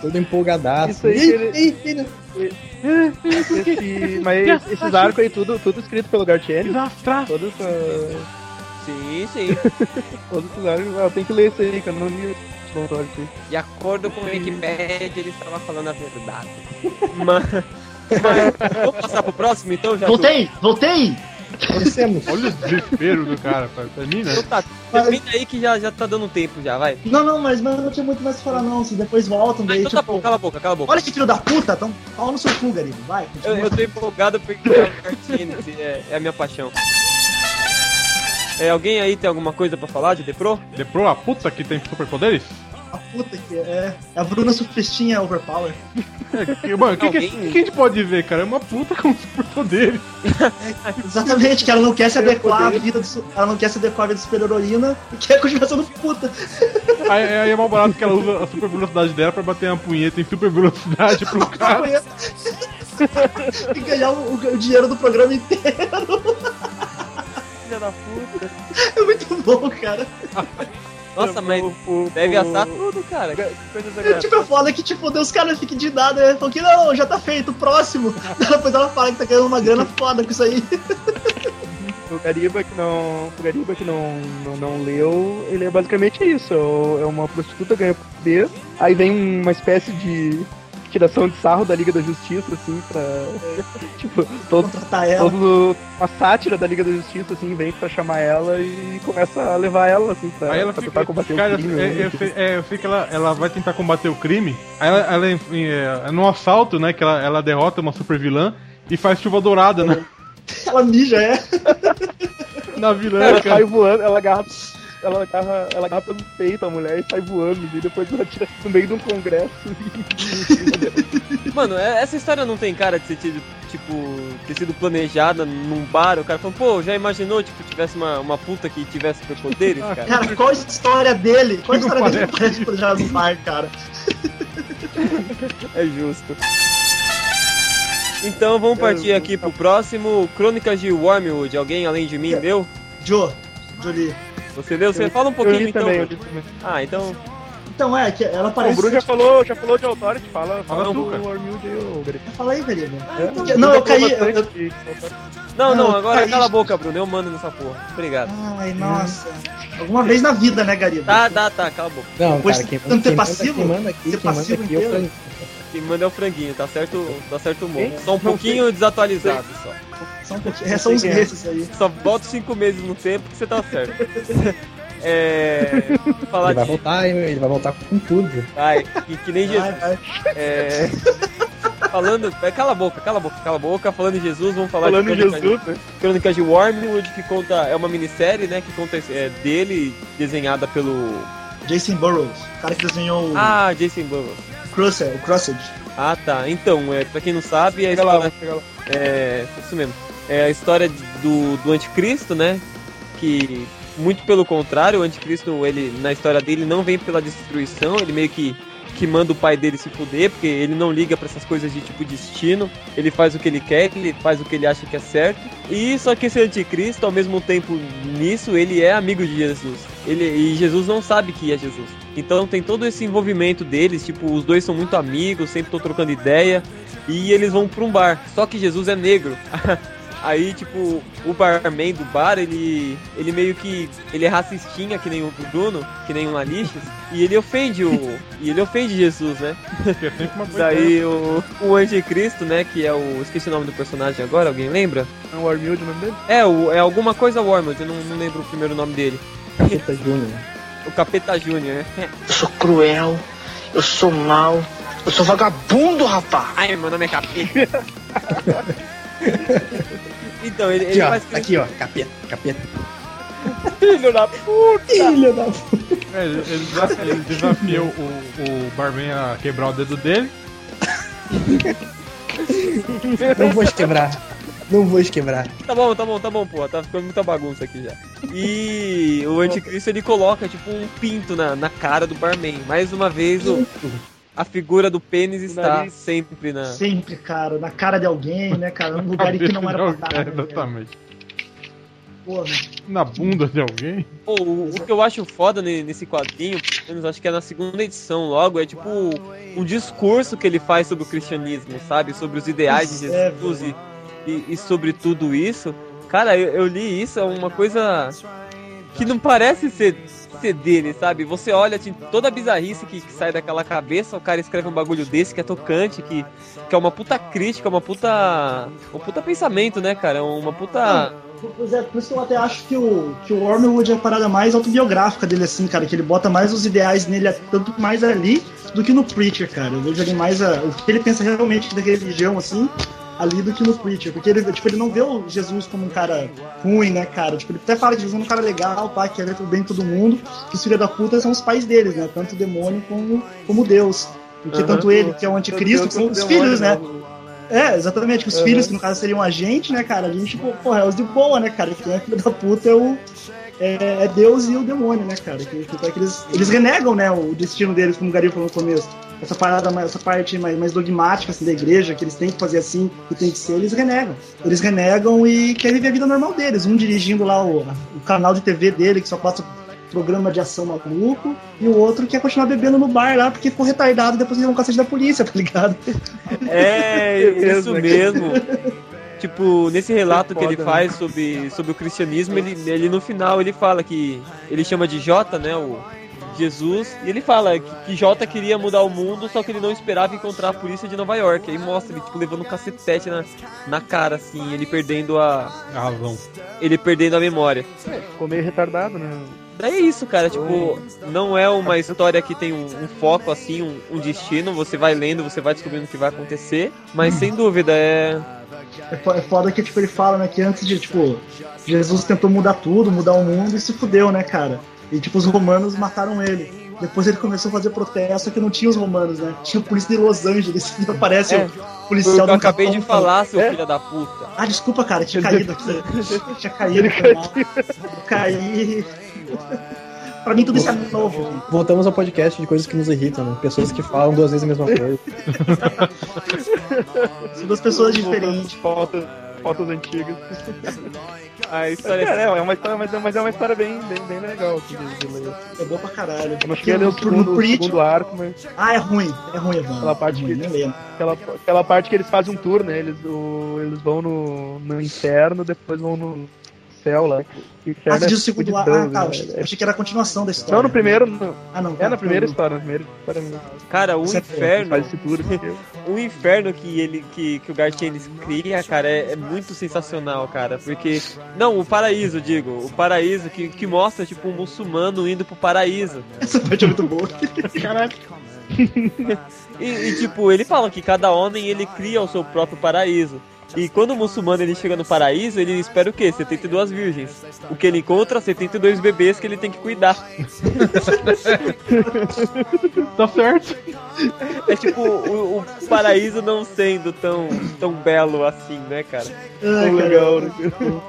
Speaker 3: Todo empolgadaço.
Speaker 5: Isso aí que ele- Esse- mas esses arcos aí, tudo, tudo escrito pelo Gartieri. Todos, ah,
Speaker 1: Sim, sim.
Speaker 5: todos esses arcos. Ah, eu tenho que ler isso aí, que eu não li. Bom, tô aqui.
Speaker 1: De acordo com o Wikipedia, ele estava falando a verdade. Vamos passar pro próximo então, já?
Speaker 2: Voltei! Voltei!
Speaker 4: Olha o desespero do cara, né? pai. Termina.
Speaker 1: Tá, termina aí que já, já tá dando tempo já, vai.
Speaker 2: Não, não, mas, mas não tinha muito mais o que falar, não. Se depois voltam, daí,
Speaker 1: Então tá
Speaker 2: tipo,
Speaker 1: bom, cala a boca, cala a boca.
Speaker 2: olha que filho da puta, então pau no seu cu, garibo, vai.
Speaker 1: Eu,
Speaker 2: continua.
Speaker 1: eu tô empolgado porque é o Martinez, é, é a minha paixão. É, alguém aí tem alguma coisa pra falar de Depro?
Speaker 4: Depro, é a puta que tem superpoderes?
Speaker 2: A puta que é. A Bruna Surfistinha Overpower.
Speaker 4: Que- Mano, o que, que,
Speaker 1: Alguém?
Speaker 4: que- que a gente pode dizer, cara? É uma puta com superpoderes.
Speaker 2: Exatamente, que ela não quer se adequar à vida do, su- ela não quer se adequar à vida do super heroína e quer continuar sendo puta.
Speaker 4: Aí, aí é mal barato que ela usa a super velocidade dela pra bater uma punheta em super velocidade pro cara.
Speaker 2: e ganhar o, o dinheiro do programa inteiro.
Speaker 1: Filha da puta.
Speaker 2: É muito bom, cara.
Speaker 1: Nossa, mas deve assar tudo, cara.
Speaker 2: Tipo, é foda que, tipo, Deus, cara, fica de nada, né? Falou que não, já tá feito, próximo. Depois ela fala que tá ganhando uma grana foda com isso aí.
Speaker 5: O Gariba que não, o Gariba que não, não, não leu, ele é basicamente isso. é o- É uma prostituta ganha poder, aí vem uma espécie de tiração de sarro da Liga da Justiça, assim, pra. tipo, todo,
Speaker 2: Contratar ela.
Speaker 5: todo uma sátira da Liga da Justiça, assim, vem pra chamar ela e começa a levar ela, assim, pra,
Speaker 4: Aí ela
Speaker 5: pra
Speaker 4: fica. Cara,
Speaker 5: né?
Speaker 4: é- eu, sei, é, eu sei que ela, ela vai tentar combater o crime. Aí ela, ela enfim, é, é num assalto, né? Que ela, ela derrota uma super vilã e faz chuva dourada na,
Speaker 2: Ela mija, é.
Speaker 4: na vilã,
Speaker 5: Ela sai
Speaker 4: cara.
Speaker 5: voando, ela agarra. Ela agarra, ela agarra pelo peito a mulher e sai voando, e depois ela tira no meio de um congresso.
Speaker 1: Mano, é- essa história não tem cara de ter sido, tipo, ter sido planejada num bar. O cara falou, pô, já imaginou, tipo, tivesse uma, uma puta que tivesse superpoderes, cara?
Speaker 2: Cara, qual a história dele? Qual a história dele que parece pra já no mar, cara?
Speaker 1: É justo. Então vamos
Speaker 5: É
Speaker 1: partir aqui pro próximo. Crônicas de Wormwood. Alguém além de mim leu?
Speaker 2: Joe, Jolie.
Speaker 1: Você leu? Você fala um
Speaker 5: Eu
Speaker 1: pouquinho
Speaker 5: li
Speaker 1: então.
Speaker 5: também, eu li também.
Speaker 1: Ah, então.
Speaker 2: Então é, que ela
Speaker 5: Não, O
Speaker 2: parece.
Speaker 5: Bruno já falou, já falou de Authority, fala, fala
Speaker 4: Fala tu,
Speaker 5: do
Speaker 4: cara.
Speaker 5: Armild e o Greg.
Speaker 2: Fala aí, velho. Não, eu caí. eu- eu-
Speaker 1: Não, não,
Speaker 2: Não,
Speaker 1: agora
Speaker 2: aí-
Speaker 1: cala a boca, Bruno. Eu mando nessa porra. Obrigado.
Speaker 2: Ai, nossa. Alguma vez na vida, né, Gariba?
Speaker 1: Tá, tá, tá, cala a boca.
Speaker 3: Não,
Speaker 2: Pois,
Speaker 3: cara, quem
Speaker 2: tanto é
Speaker 3: manda, quem manda-
Speaker 2: passivo,
Speaker 3: quem manda aqui,
Speaker 2: ser
Speaker 3: quem manda
Speaker 2: passivo
Speaker 3: aqui é o
Speaker 2: inteiro.
Speaker 3: Frank.
Speaker 1: Quem manda é o franguinho, tá certo, tá certo o
Speaker 5: Quem?
Speaker 1: mundo. Só um
Speaker 5: Não
Speaker 1: pouquinho desatualizado só.
Speaker 2: São, um é, são uns meses aí.
Speaker 1: Só volta cinco meses no tempo que você tá certo. É. Falar
Speaker 3: Ele vai
Speaker 1: de.
Speaker 3: voltar, hein, meu? ele vai voltar com tudo.
Speaker 1: Ai, que, que nem Jesus. É. Falando. é, Cala a boca, cala a boca, cala a boca. Falando em Jesus, vamos falar
Speaker 5: Falando em
Speaker 1: Crônicas-
Speaker 5: Jesus, né?
Speaker 1: Crônicas de Wormwood, que conta. É uma minissérie, né? Que conta é, dele, desenhada pelo.
Speaker 2: Jason Burrows, o cara que desenhou
Speaker 1: Ah, Jason Burrow.
Speaker 2: o Crusher, o Crossed.
Speaker 1: Ah, tá. Então, é, pra quem não sabe, é a história... É, isso mesmo. É a história de- do, do anticristo, né? Que, muito pelo contrário, o anticristo, ele, na história dele, não vem pela destruição, ele meio que, que manda o pai dele se fuder, porque ele não liga pra essas coisas de tipo destino, ele faz o que ele quer, ele faz o que ele acha que é certo. E só que esse anticristo, ao mesmo tempo nisso, ele é amigo de Jesus. Ele, e Jesus não sabe que é Jesus. Então tem todo esse envolvimento deles, tipo, os dois são muito amigos, sempre estão trocando ideia. E eles vão pra um bar. Só que Jesus é negro. Aí, tipo, o barman do bar, ele. ele meio que. ele é racistinha, que nem o Bruno, que nem o Nalixas, e ele ofende o. E ele ofende Jesus, né? Daí o, o anticristo, né? Que é o. Esqueci o nome do personagem agora, alguém lembra?
Speaker 5: É o Armild, o nome dele?
Speaker 1: É, o, é alguma coisa Warmond, eu não, não lembro o primeiro nome dele.
Speaker 3: Capeta Júnior.
Speaker 1: O Capeta Júnior, né?
Speaker 12: Eu sou cruel, eu sou mau, eu sou vagabundo, rapaz.
Speaker 1: Ai, meu nome é Capeta. então, ele, ele
Speaker 3: Aqui, ó,
Speaker 1: faz
Speaker 3: aqui, ó, um capeta, capeta.
Speaker 1: Filho da puta!
Speaker 3: Filho da puta!
Speaker 4: É, ele, ele desa- ele desafiou o, o barman a quebrar o dedo dele.
Speaker 3: Não vou te quebrar. Não vou te quebrar.
Speaker 1: Tá bom, tá bom, tá bom, porra. Tá ficando muita bagunça aqui já. E o anticristo ele coloca tipo um pinto na, na cara do barman. Mais uma vez, o, a figura do pênis está
Speaker 2: nariz.
Speaker 1: sempre na.
Speaker 2: Sempre, cara, na cara de alguém, né, cara? Num lugar em que não era pra
Speaker 4: É,
Speaker 2: estar. né, velho?
Speaker 4: exatamente.
Speaker 2: Porra.
Speaker 4: Na bunda de alguém.
Speaker 1: Pô, o, o que eu acho foda ne- nesse quadrinho, pelo menos acho que é na segunda edição logo, é tipo um discurso que ele faz sobre o cristianismo, sabe? Sobre os ideais de
Speaker 2: Pois é,
Speaker 1: Jesus e, e, e sobre tudo isso. Cara, eu, eu li isso, é uma coisa que não parece ser, ser dele, sabe? Você olha tipo, toda a bizarrice que, que sai daquela cabeça, o cara escreve um bagulho desse que é tocante, que, que é uma puta crítica, uma puta. um puta pensamento, né, cara? É Uma puta.
Speaker 2: Pois é, por isso que eu até acho que o, que o Wormwood é a parada mais autobiográfica dele, assim, cara, que ele bota mais os ideais nele, é tanto mais ali do que no Preacher, cara. Eu vejo ali mais a- o que ele pensa realmente da religião, assim, ali do que no Preacher. Porque ele, tipo, ele não vê o Jesus como um cara ruim, né, cara? Tipo, ele até fala que Jesus é um cara legal, pá, que é tudo bem todo mundo, que os filhos da puta são os pais deles, né? Tanto o demônio como, como Deus. Porque
Speaker 1: Aham.
Speaker 2: tanto ele, que é o anticristo, que são os filhos, né? É, exatamente, que os
Speaker 5: Uhum.
Speaker 2: filhos, que no caso seriam a gente, né, cara? A gente, tipo, porra, é os de boa, né, cara? Quem é filho da puta é o. É, é Deus e o demônio, né, cara? Que, que- que eles, eles renegam, né, o destino deles, como o Gary falou no começo. Essa parada, mais- essa parte mais, mais dogmática assim, da igreja, que eles têm que fazer assim, que tem que ser, eles renegam. Eles renegam e querem viver a vida normal deles. Um dirigindo lá o, o canal de TV dele, que só passa programa de ação maluco, e o outro quer continuar bebendo no bar lá, porque ficou retardado e depois ele um cacete da polícia, tá ligado?
Speaker 1: É,
Speaker 5: Beleza,
Speaker 1: isso
Speaker 5: cara.
Speaker 1: mesmo. Tipo, nesse relato que ele
Speaker 5: Foda, né?
Speaker 1: faz sobre, sobre o cristianismo, ele, ele no final ele fala que. Ele chama de Jota, né? O Jesus. E ele fala que, que Jota queria mudar o mundo, só que ele não esperava encontrar a polícia de Nova York. Aí mostra ele tipo, levando um cacetete na, na cara, assim, ele perdendo a.
Speaker 4: A razão.
Speaker 1: ele perdendo a memória.
Speaker 5: Ficou meio retardado, né?
Speaker 1: Daí é isso, cara. Tipo, não é uma história que tem um, um foco, assim, um, um destino. Você vai lendo, você vai descobrindo o que vai acontecer.
Speaker 5: Hum.
Speaker 1: Mas sem dúvida, é.
Speaker 2: É fo- é foda que tipo, ele fala, né, que antes de, tipo, Jesus tentou mudar tudo, mudar o mundo e se fudeu, né, cara? E tipo, os romanos mataram ele. Depois ele começou a fazer protesto que não tinha os romanos, né? Tinha o polícia de Los Angeles, ainda aparece
Speaker 1: É,
Speaker 2: o
Speaker 1: Foi o que
Speaker 2: policial
Speaker 1: eu
Speaker 2: do
Speaker 1: acabei de
Speaker 2: Capão
Speaker 1: falar, seu
Speaker 5: É?
Speaker 1: filho da puta.
Speaker 2: Ah, desculpa, cara, tinha caído aqui. tinha caído,
Speaker 5: Ele
Speaker 2: foi mal. Eu Caí. pra mim tudo isso é novo.
Speaker 3: Voltamos ao podcast de coisas que nos irritam, né? Pessoas que falam duas vezes a mesma coisa.
Speaker 2: São duas pessoas diferentes.
Speaker 5: Fotos, fotos antigas.
Speaker 1: A história
Speaker 5: Cara,
Speaker 1: é
Speaker 5: é, é uma história, mas é, mas é uma história bem, bem, bem legal. Assim, de, de ler.
Speaker 2: É bom pra caralho.
Speaker 5: Eu não cheguei a ler é o
Speaker 2: Porque no
Speaker 5: segundo, o
Speaker 2: Preacher-
Speaker 5: segundo arco, mas
Speaker 2: Ah, é ruim. É ruim, Evandro.
Speaker 5: Aquela parte
Speaker 2: é ruim,
Speaker 5: que-
Speaker 2: nem lembro.
Speaker 5: aquela, aquela parte que eles fazem um tour, né? Eles, o- eles vão no, no inferno, depois vão no, céu lá. Que
Speaker 2: Ah,
Speaker 5: inferno
Speaker 2: você
Speaker 5: é
Speaker 2: diz o segundo lá. Ah,
Speaker 5: Dumbledore,
Speaker 2: tá. Eu
Speaker 5: né?
Speaker 2: achei- eu achei que era a continuação da história.
Speaker 5: Não, no primeiro.
Speaker 2: Ah, não.
Speaker 5: É,
Speaker 2: tá,
Speaker 5: na primeira
Speaker 2: tá.
Speaker 5: história, na primeira história mesmo.
Speaker 1: Cara, o
Speaker 5: Isso é
Speaker 1: inferno.
Speaker 5: Faz isso tudo, meu.
Speaker 1: o inferno que ele que, que o Gartienes cria, cara, é, é muito sensacional, cara, porque não, o paraíso, digo, o paraíso que, que mostra tipo um muçulmano indo pro paraíso.
Speaker 2: Essa parte é muito boa. é
Speaker 1: Caraca. e, e, tipo, ele fala que cada homem ele cria o seu próprio paraíso. E quando o muçulmano ele chega no paraíso, ele espera o quê? 72 virgens. O que ele encontra? 72 bebês que ele tem que cuidar.
Speaker 4: tá certo.
Speaker 1: É tipo o, o paraíso não sendo tão, tão belo assim, né, cara?
Speaker 2: Ai,
Speaker 1: Tão
Speaker 2: cara.
Speaker 1: legal,
Speaker 5: né?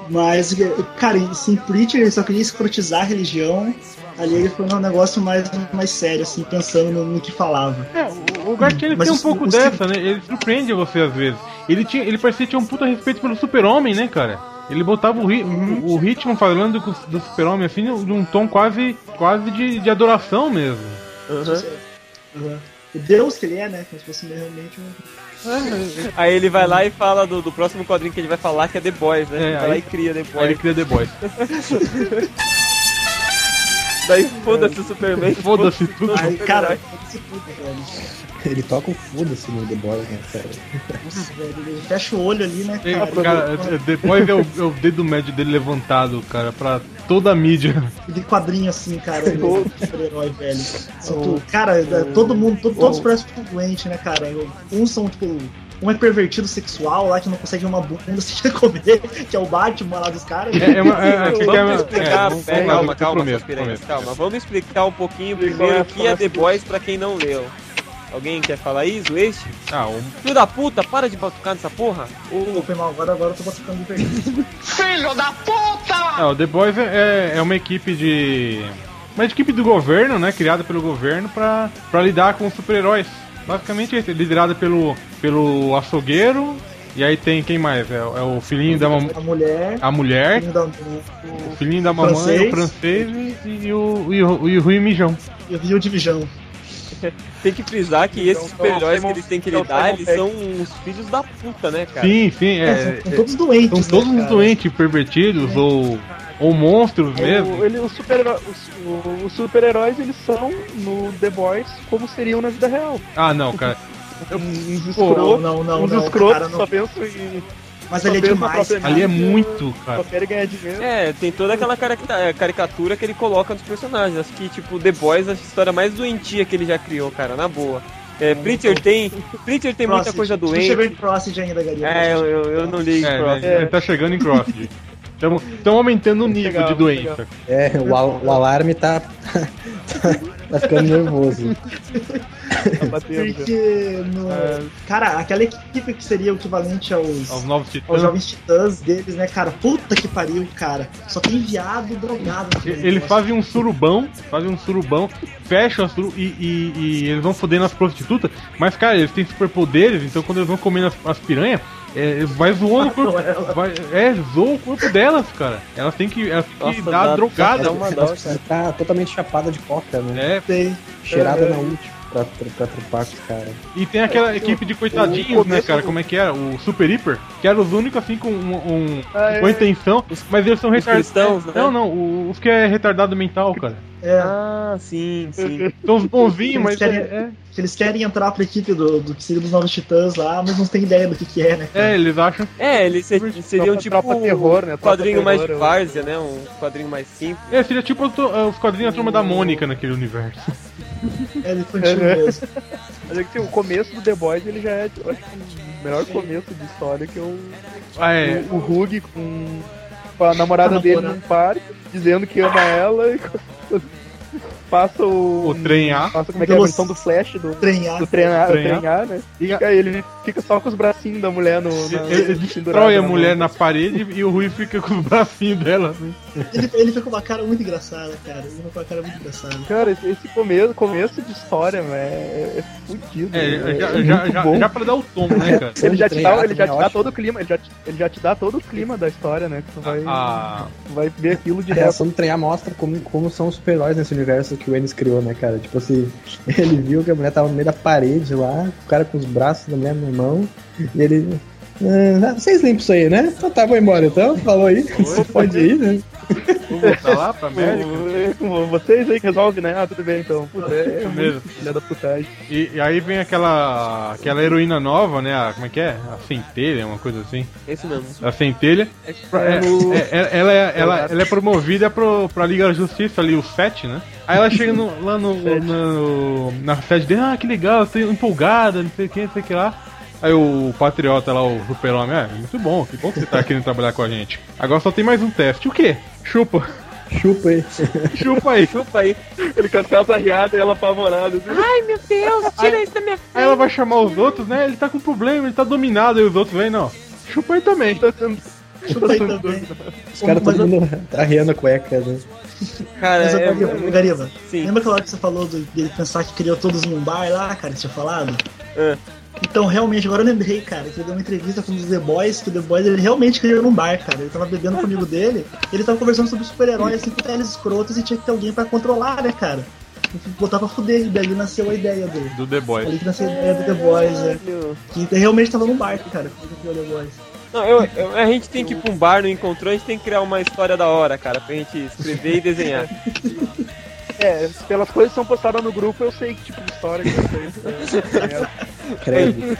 Speaker 2: Mas, cara, assim, Preacher ele só queria escrotizar a religião. Ali ele foi num negócio mais, mais sério, assim, pensando no, no que falava.
Speaker 4: É, o- o Garth ele
Speaker 2: Mas
Speaker 4: tem um
Speaker 2: os-
Speaker 4: pouco
Speaker 2: os-
Speaker 4: dessa, né? Ele surpreende você às vezes. Ele, tinha, ele parecia que tinha um puta respeito pelo super-homem, né, cara? Ele botava o, ri- o- o ritmo falando do, do super-homem assim, num tom quase, quase de, de adoração mesmo.
Speaker 2: Uhum. O Deus que ele é, né? Como se fosse realmente um.
Speaker 1: Aí ele vai lá e fala do, do próximo quadrinho que ele vai falar, que é The Boys, né?
Speaker 4: É,
Speaker 1: Ele vai lá
Speaker 4: aí-
Speaker 1: e cria The Boys.
Speaker 4: Aí ele cria The Boys.
Speaker 1: Daí foda-se o Superman.
Speaker 4: Foda-se tudo.
Speaker 2: Aí, cara,
Speaker 3: Ele toca o foda-se no The Boys, né, cara?
Speaker 2: nossa, velho, ele fecha o olho ali, né,
Speaker 4: Tem-
Speaker 2: cara?
Speaker 4: cara, é- é- depois é o, é o dedo médio dele levantado, cara, pra toda a mídia.
Speaker 2: De quadrinho assim, cara, do super-herói, velho. São tu- cara, da- todo mundo, to- todos parecem tipo doente, né, cara? Uns são, tipo, um é pervertido sexual lá que não consegue ver uma bunda sem comer, que é o Batman lá dos caras. né?
Speaker 4: É, é uma- é- é- é uma-
Speaker 1: Vamos explicar, pera,
Speaker 4: é, vamos lá,
Speaker 1: calma,
Speaker 4: eu
Speaker 1: calma,
Speaker 4: prometo,
Speaker 1: seus piranhas,
Speaker 4: prometo.
Speaker 1: calma. Vamos explicar um pouquinho primeiro o que é The Boys pra quem não leu. Alguém quer falar isso, este?
Speaker 4: Ah, o...
Speaker 1: Filho da puta, para de batucar nessa porra.
Speaker 2: Ô, foi mal, agora, agora eu tô um ficando de perdido.
Speaker 12: Filho da puta!
Speaker 4: Ah, o The Boys é, é- é uma equipe de. Uma equipe do governo, né? Criada pelo governo pra, pra lidar com os super-heróis. Basicamente é isso, é liderada pelo, pelo açougueiro. E aí tem quem mais? É, o- é o filhinho da mamãe.
Speaker 2: A mulher.
Speaker 4: A mulher,
Speaker 2: filho da- o-
Speaker 4: o filhinho da mamãe,
Speaker 2: Francês.
Speaker 4: o francês e, e o, e, o, e o Rui Mijão.
Speaker 2: E o Rio de Vijão.
Speaker 1: Tem que frisar que esses super-heróis que eles têm que
Speaker 5: então,
Speaker 1: lidar,
Speaker 5: Simon
Speaker 1: eles
Speaker 5: Pegg.
Speaker 1: são uns filhos da puta, né, cara?
Speaker 4: Sim, sim. É,
Speaker 2: São todos doentes.
Speaker 4: são todos
Speaker 2: né, cara?
Speaker 4: doentes, pervertidos ou, ou monstros mesmo.
Speaker 5: O, ele, os super-heró- os- o- os super-heróis, eles são no The Boys como seriam na vida real.
Speaker 4: Ah, não, cara.
Speaker 5: Uns
Speaker 4: Pô,
Speaker 5: escrotos,
Speaker 2: não, não,
Speaker 5: uns
Speaker 2: não, cara,
Speaker 5: escrotos
Speaker 2: não.
Speaker 5: só pensam em.
Speaker 2: Mas
Speaker 5: só
Speaker 2: ele é
Speaker 5: pensam na
Speaker 2: demais,
Speaker 5: própria
Speaker 4: Ali é
Speaker 5: vida,
Speaker 4: muito,
Speaker 5: Só
Speaker 4: cara.
Speaker 5: querem ganhar dinheiro. né?
Speaker 1: É, tem toda aquela carica- eh, caricatura que ele coloca nos personagens. Acho que, tipo, The Boys é a história mais doentia que ele já criou, cara, na boa. É, Preacher tem, Preacher tem muita
Speaker 2: Próximo.
Speaker 1: coisa
Speaker 2: Não chegou em
Speaker 1: doente.
Speaker 2: Crossed ainda, galera.
Speaker 1: É, eu, eu, eu não li
Speaker 4: É,
Speaker 1: Cross.
Speaker 4: né, tá chegando em Croft. Estão aumentando o nível
Speaker 5: Legal,
Speaker 4: de doença.
Speaker 3: É, o, al- o alarme tá, tá, tá ficando nervoso.
Speaker 5: Tá batendo. já.
Speaker 2: Porque, no... cara, aquela equipe que seria o equivalente aos,
Speaker 4: Aos novos
Speaker 2: aos
Speaker 4: titãs.
Speaker 2: jovens titãs deles, né, cara? Puta que pariu, cara. Só tem viado drogado. naquele
Speaker 4: Ele- Eles
Speaker 2: negócio.
Speaker 4: fazem um surubão, fazem um surubão, fecham a suru e, e- e eles vão fodendo as prostitutas, mas cara, eles têm superpoderes, então quando eles vão comendo as, as piranhas, é, vai zoando o corpo. Vai, é, zoa o corpo delas, cara. Elas têm que, elas têm que
Speaker 1: Nossa,
Speaker 4: dar
Speaker 1: dá-
Speaker 4: drogada.
Speaker 1: dá uma dó, cara.
Speaker 3: Ela tá totalmente chapada de coca, né?
Speaker 4: É,
Speaker 2: Tem.
Speaker 3: Cheirada na última pra, pra, pra trupar com os caras.
Speaker 4: e tem aquela equipe de coitadinhos, né, cara? Como é que era? O Super Hiper, que eram os únicos assim com um, um-
Speaker 5: Ah, é.
Speaker 4: com intenção, mas eles são retardados.
Speaker 1: cristãos, né?
Speaker 4: Não, não, o- os que é retardado mental, cara.
Speaker 2: É,
Speaker 1: Ah, sim, sim.
Speaker 4: São os bonzinhos, mas é, é-
Speaker 2: que eles querem entrar pra equipe do, do que seria dos novos titãs lá, mas não tem ideia do que, que é, né?
Speaker 4: é, eles acham.
Speaker 1: É, eles se- seriam
Speaker 5: Tropa-
Speaker 1: tipo
Speaker 5: tropa terror, né?
Speaker 1: um
Speaker 5: Tropa
Speaker 1: quadrinho mais de
Speaker 5: terror, eu-
Speaker 1: várzea, né? Um quadrinho mais simples.
Speaker 4: É, seria tipo os to- os quadrinhos da turma da Mônica naquele universo.
Speaker 2: É infantil
Speaker 5: É, né?
Speaker 2: mesmo.
Speaker 5: Mas é que, assim, o começo do The Boys, ele já é eu acho que, o melhor começo de história que eu
Speaker 4: Ah, é.
Speaker 5: o, o Hug com, com a namorada
Speaker 2: Com a
Speaker 5: dele
Speaker 2: namorada.
Speaker 5: num parque, dizendo que ama ela e passa o.
Speaker 4: O trem A.
Speaker 5: Passa como é que é a
Speaker 2: Veloc-
Speaker 5: versão do flash do,
Speaker 2: Treinar.
Speaker 5: do treinar,
Speaker 4: Trem A.
Speaker 5: treinar, né? E aí ele fica só com os bracinhos da mulher no. na-
Speaker 4: Ele, ele
Speaker 5: pendurado
Speaker 4: destrói a
Speaker 5: na
Speaker 4: mulher
Speaker 5: mão.
Speaker 4: na parede e o Rui fica com os bracinhos dela. assim.
Speaker 2: Ele, ele fica com uma cara muito engraçada, cara. Ele fica com uma cara muito engraçada.
Speaker 5: Cara, esse, esse começo, começo de história, né? É, é fudido.
Speaker 4: É,
Speaker 5: né?
Speaker 4: já,
Speaker 5: É
Speaker 4: já,
Speaker 5: muito
Speaker 4: já,
Speaker 5: bom.
Speaker 4: já pra dar o tom, né, cara?
Speaker 5: Ele já te
Speaker 3: Trem
Speaker 5: dá,
Speaker 3: A
Speaker 5: ele já
Speaker 3: também
Speaker 5: te
Speaker 3: é
Speaker 5: dá
Speaker 3: ótimo.
Speaker 5: todo o clima, ele já, te- ele já te dá todo o clima da história, né? Que tu vai,
Speaker 4: Ah,
Speaker 5: tu vai ver aquilo
Speaker 3: A
Speaker 5: direto.
Speaker 3: reação do Trem A mostra como, como são os super-heróis nesse universo que o Ennis criou, né, cara? Tipo assim, ele viu que a mulher tava no meio da parede lá, o cara com os braços da mulher na mão, e ele. "Ah, vocês limpam isso aí, né? Então tá, vou embora então. Falou aí, você pode ir, né?
Speaker 4: Vou voltar lá pra América.
Speaker 5: Como Vocês aí que resolvem, né? Ah, tudo bem então. Puta, é, é
Speaker 4: Isso
Speaker 5: mesmo.
Speaker 4: mesmo.
Speaker 5: Filha da putagem.
Speaker 4: E, e aí vem aquela aquela heroína nova, né? A- como é que é? A centelha, uma coisa assim.
Speaker 1: Esse mesmo.
Speaker 4: A centelha.
Speaker 1: É,
Speaker 4: É, é, ela, é, ela, ela é promovida pro, pra Liga da Justiça ali, o 7, né? Aí ela chega no- lá no, no- na sede dele, ah, que legal, eu tô empolgada, não sei o que, não sei o que lá. Aí o patriota lá, o super-homem, ah, muito bom, que bom que você tá querendo trabalhar com a gente. Agora só tem mais um teste. O quê? Chupa.
Speaker 3: Chupa aí.
Speaker 4: Chupa aí.
Speaker 1: Chupa aí. Ele com as calças riadas e ela apavorada. assim.
Speaker 6: Ai, meu Deus, tira isso da minha frente.
Speaker 4: Aí ela vai chamar os outros, né? Ele tá com problema, ele tá dominado, aí os outros vêm, não. Chupa aí também.
Speaker 2: Chupa aí também.
Speaker 3: Os caras
Speaker 2: Mas
Speaker 3: todo mundo arriando a cueca, né?
Speaker 1: Cara,
Speaker 2: Mas,
Speaker 1: é,
Speaker 2: ô, Gariba, Gariba,
Speaker 1: Sim.
Speaker 2: lembra aquela hora que você falou do- dele pensar que criou todos num bar lá, cara, que tinha falado?
Speaker 1: É.
Speaker 2: Então, realmente, agora eu lembrei, cara, que ele deu uma entrevista com um dos The Boys, que o The Boys ele realmente criou num bar, cara. Ele tava bebendo com o amigo dele, ele tava conversando sobre super-heróis, assim, com eles escrotos, e tinha que ter alguém pra controlar, né, cara? E Botar pra fuder, e daí nasceu a ideia dele.
Speaker 4: Do The Boys.
Speaker 2: Ali que nasceu a ideia do The Boys, né?
Speaker 1: Caralho.
Speaker 2: Que realmente tava num bar, cara, quando criou o The Boys.
Speaker 1: Não, eu- eu- a gente tem que ir pra um bar, não encontrou, a gente tem que criar uma história da hora, cara, pra gente escrever e desenhar.
Speaker 5: É, pelas coisas que são postadas no grupo, eu sei que tipo de história que né? vocês.
Speaker 3: Credo.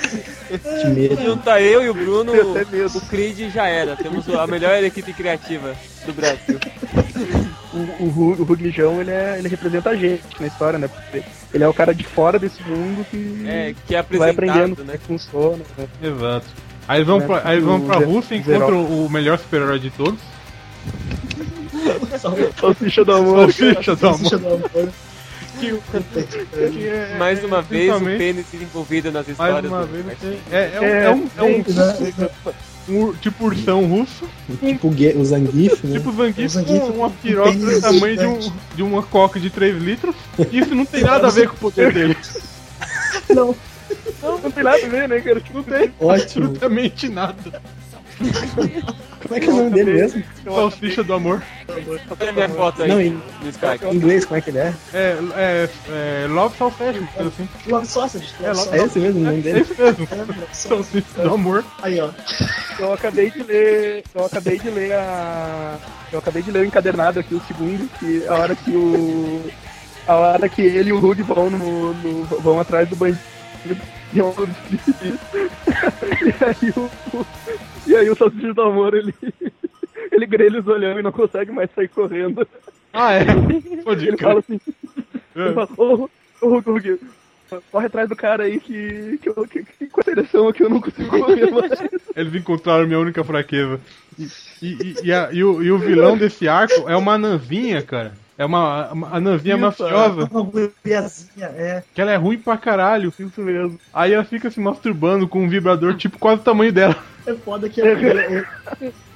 Speaker 3: Que medo.
Speaker 1: Junta eu e o Bruno,
Speaker 5: Eu tenho medo.
Speaker 1: o Creed e já era. Temos a melhor equipe criativa do Brasil.
Speaker 5: O, o, Ru- o Rugnijão, ele, é, ele representa a gente na história, né? Porque ele é o cara de fora desse mundo que,
Speaker 1: É, que é apresentado,
Speaker 5: vai aprendendo
Speaker 1: né?
Speaker 5: como é que funciona. né?
Speaker 4: Exato. Aí eles vão pra, aí eles vão pra Rússia e encontram o melhor super-herói de todos.
Speaker 5: Salsicha do amor.
Speaker 4: Salsicha do amor.
Speaker 2: Salsicha do amor.
Speaker 1: Mais uma vez, o
Speaker 4: Principalmente-
Speaker 1: pênis envolvido nas
Speaker 4: Mais
Speaker 1: histórias.
Speaker 4: uma
Speaker 1: do-
Speaker 4: vez, você- é, é, um- é um, é um-
Speaker 5: né?
Speaker 4: um ur- tipo ursão russo,
Speaker 3: Tipo o Gue- o Zangief, né?
Speaker 4: tipo Zangief,
Speaker 2: Zangief
Speaker 4: com uma
Speaker 2: com
Speaker 4: piroca
Speaker 2: pênis
Speaker 4: do tamanho de,
Speaker 2: gigante.
Speaker 4: um, de uma coca de 3 litros. Isso não tem nada a ver com o poder dele.
Speaker 2: Não,
Speaker 5: Não, não tem nada a ver, né, cara? Tipo,
Speaker 4: Não tem
Speaker 3: Ótimo.
Speaker 4: absolutamente nada.
Speaker 3: Como é que é o nome dele
Speaker 5: tipo,
Speaker 3: mesmo?
Speaker 4: Salsicha do amor.
Speaker 1: Olha a minha foto aí
Speaker 3: Não, em
Speaker 1: no Skype.
Speaker 3: em inglês, como é que ele é?
Speaker 4: É, é, é Love Salsicha, coisa assim.
Speaker 2: Love Sausage. Love
Speaker 4: É,
Speaker 3: É
Speaker 2: Sausage.
Speaker 3: esse mesmo o nome
Speaker 4: É
Speaker 3: dele?
Speaker 4: isso mesmo.
Speaker 2: É, Love Sausage.
Speaker 4: Salsicha do amor.
Speaker 2: Aí, ó.
Speaker 5: eu acabei de ler. Eu acabei de ler a. Eu acabei de ler o encadernado aqui, o segundo, que a hora que o. A hora que ele e o Hulk vão no. no- vão atrás do bandido. E eu- e aí o. E aí o Salsicha do Amor, ele. Ele grelha os olhão e não consegue mais sair correndo.
Speaker 4: Ah, é. Pode
Speaker 5: Ele fala
Speaker 4: crer.
Speaker 5: assim, ele
Speaker 4: É.
Speaker 5: fala, ô, ô Hulk, Hulk, corre atrás do cara aí que, que, eu- que, que com a direção aqui eu não consigo correr mais.
Speaker 4: Eles encontraram minha única fraqueza. E, e- e- e a- e o, e o vilão desse arco é uma ananzinha, cara. É uma, uma ananzinha mafiosa,
Speaker 2: Uma guriazinha, é.
Speaker 4: que ela é ruim pra caralho.
Speaker 5: Isso mesmo.
Speaker 4: Aí ela fica se masturbando com um vibrador tipo quase o tamanho dela.
Speaker 2: É foda que ela, é-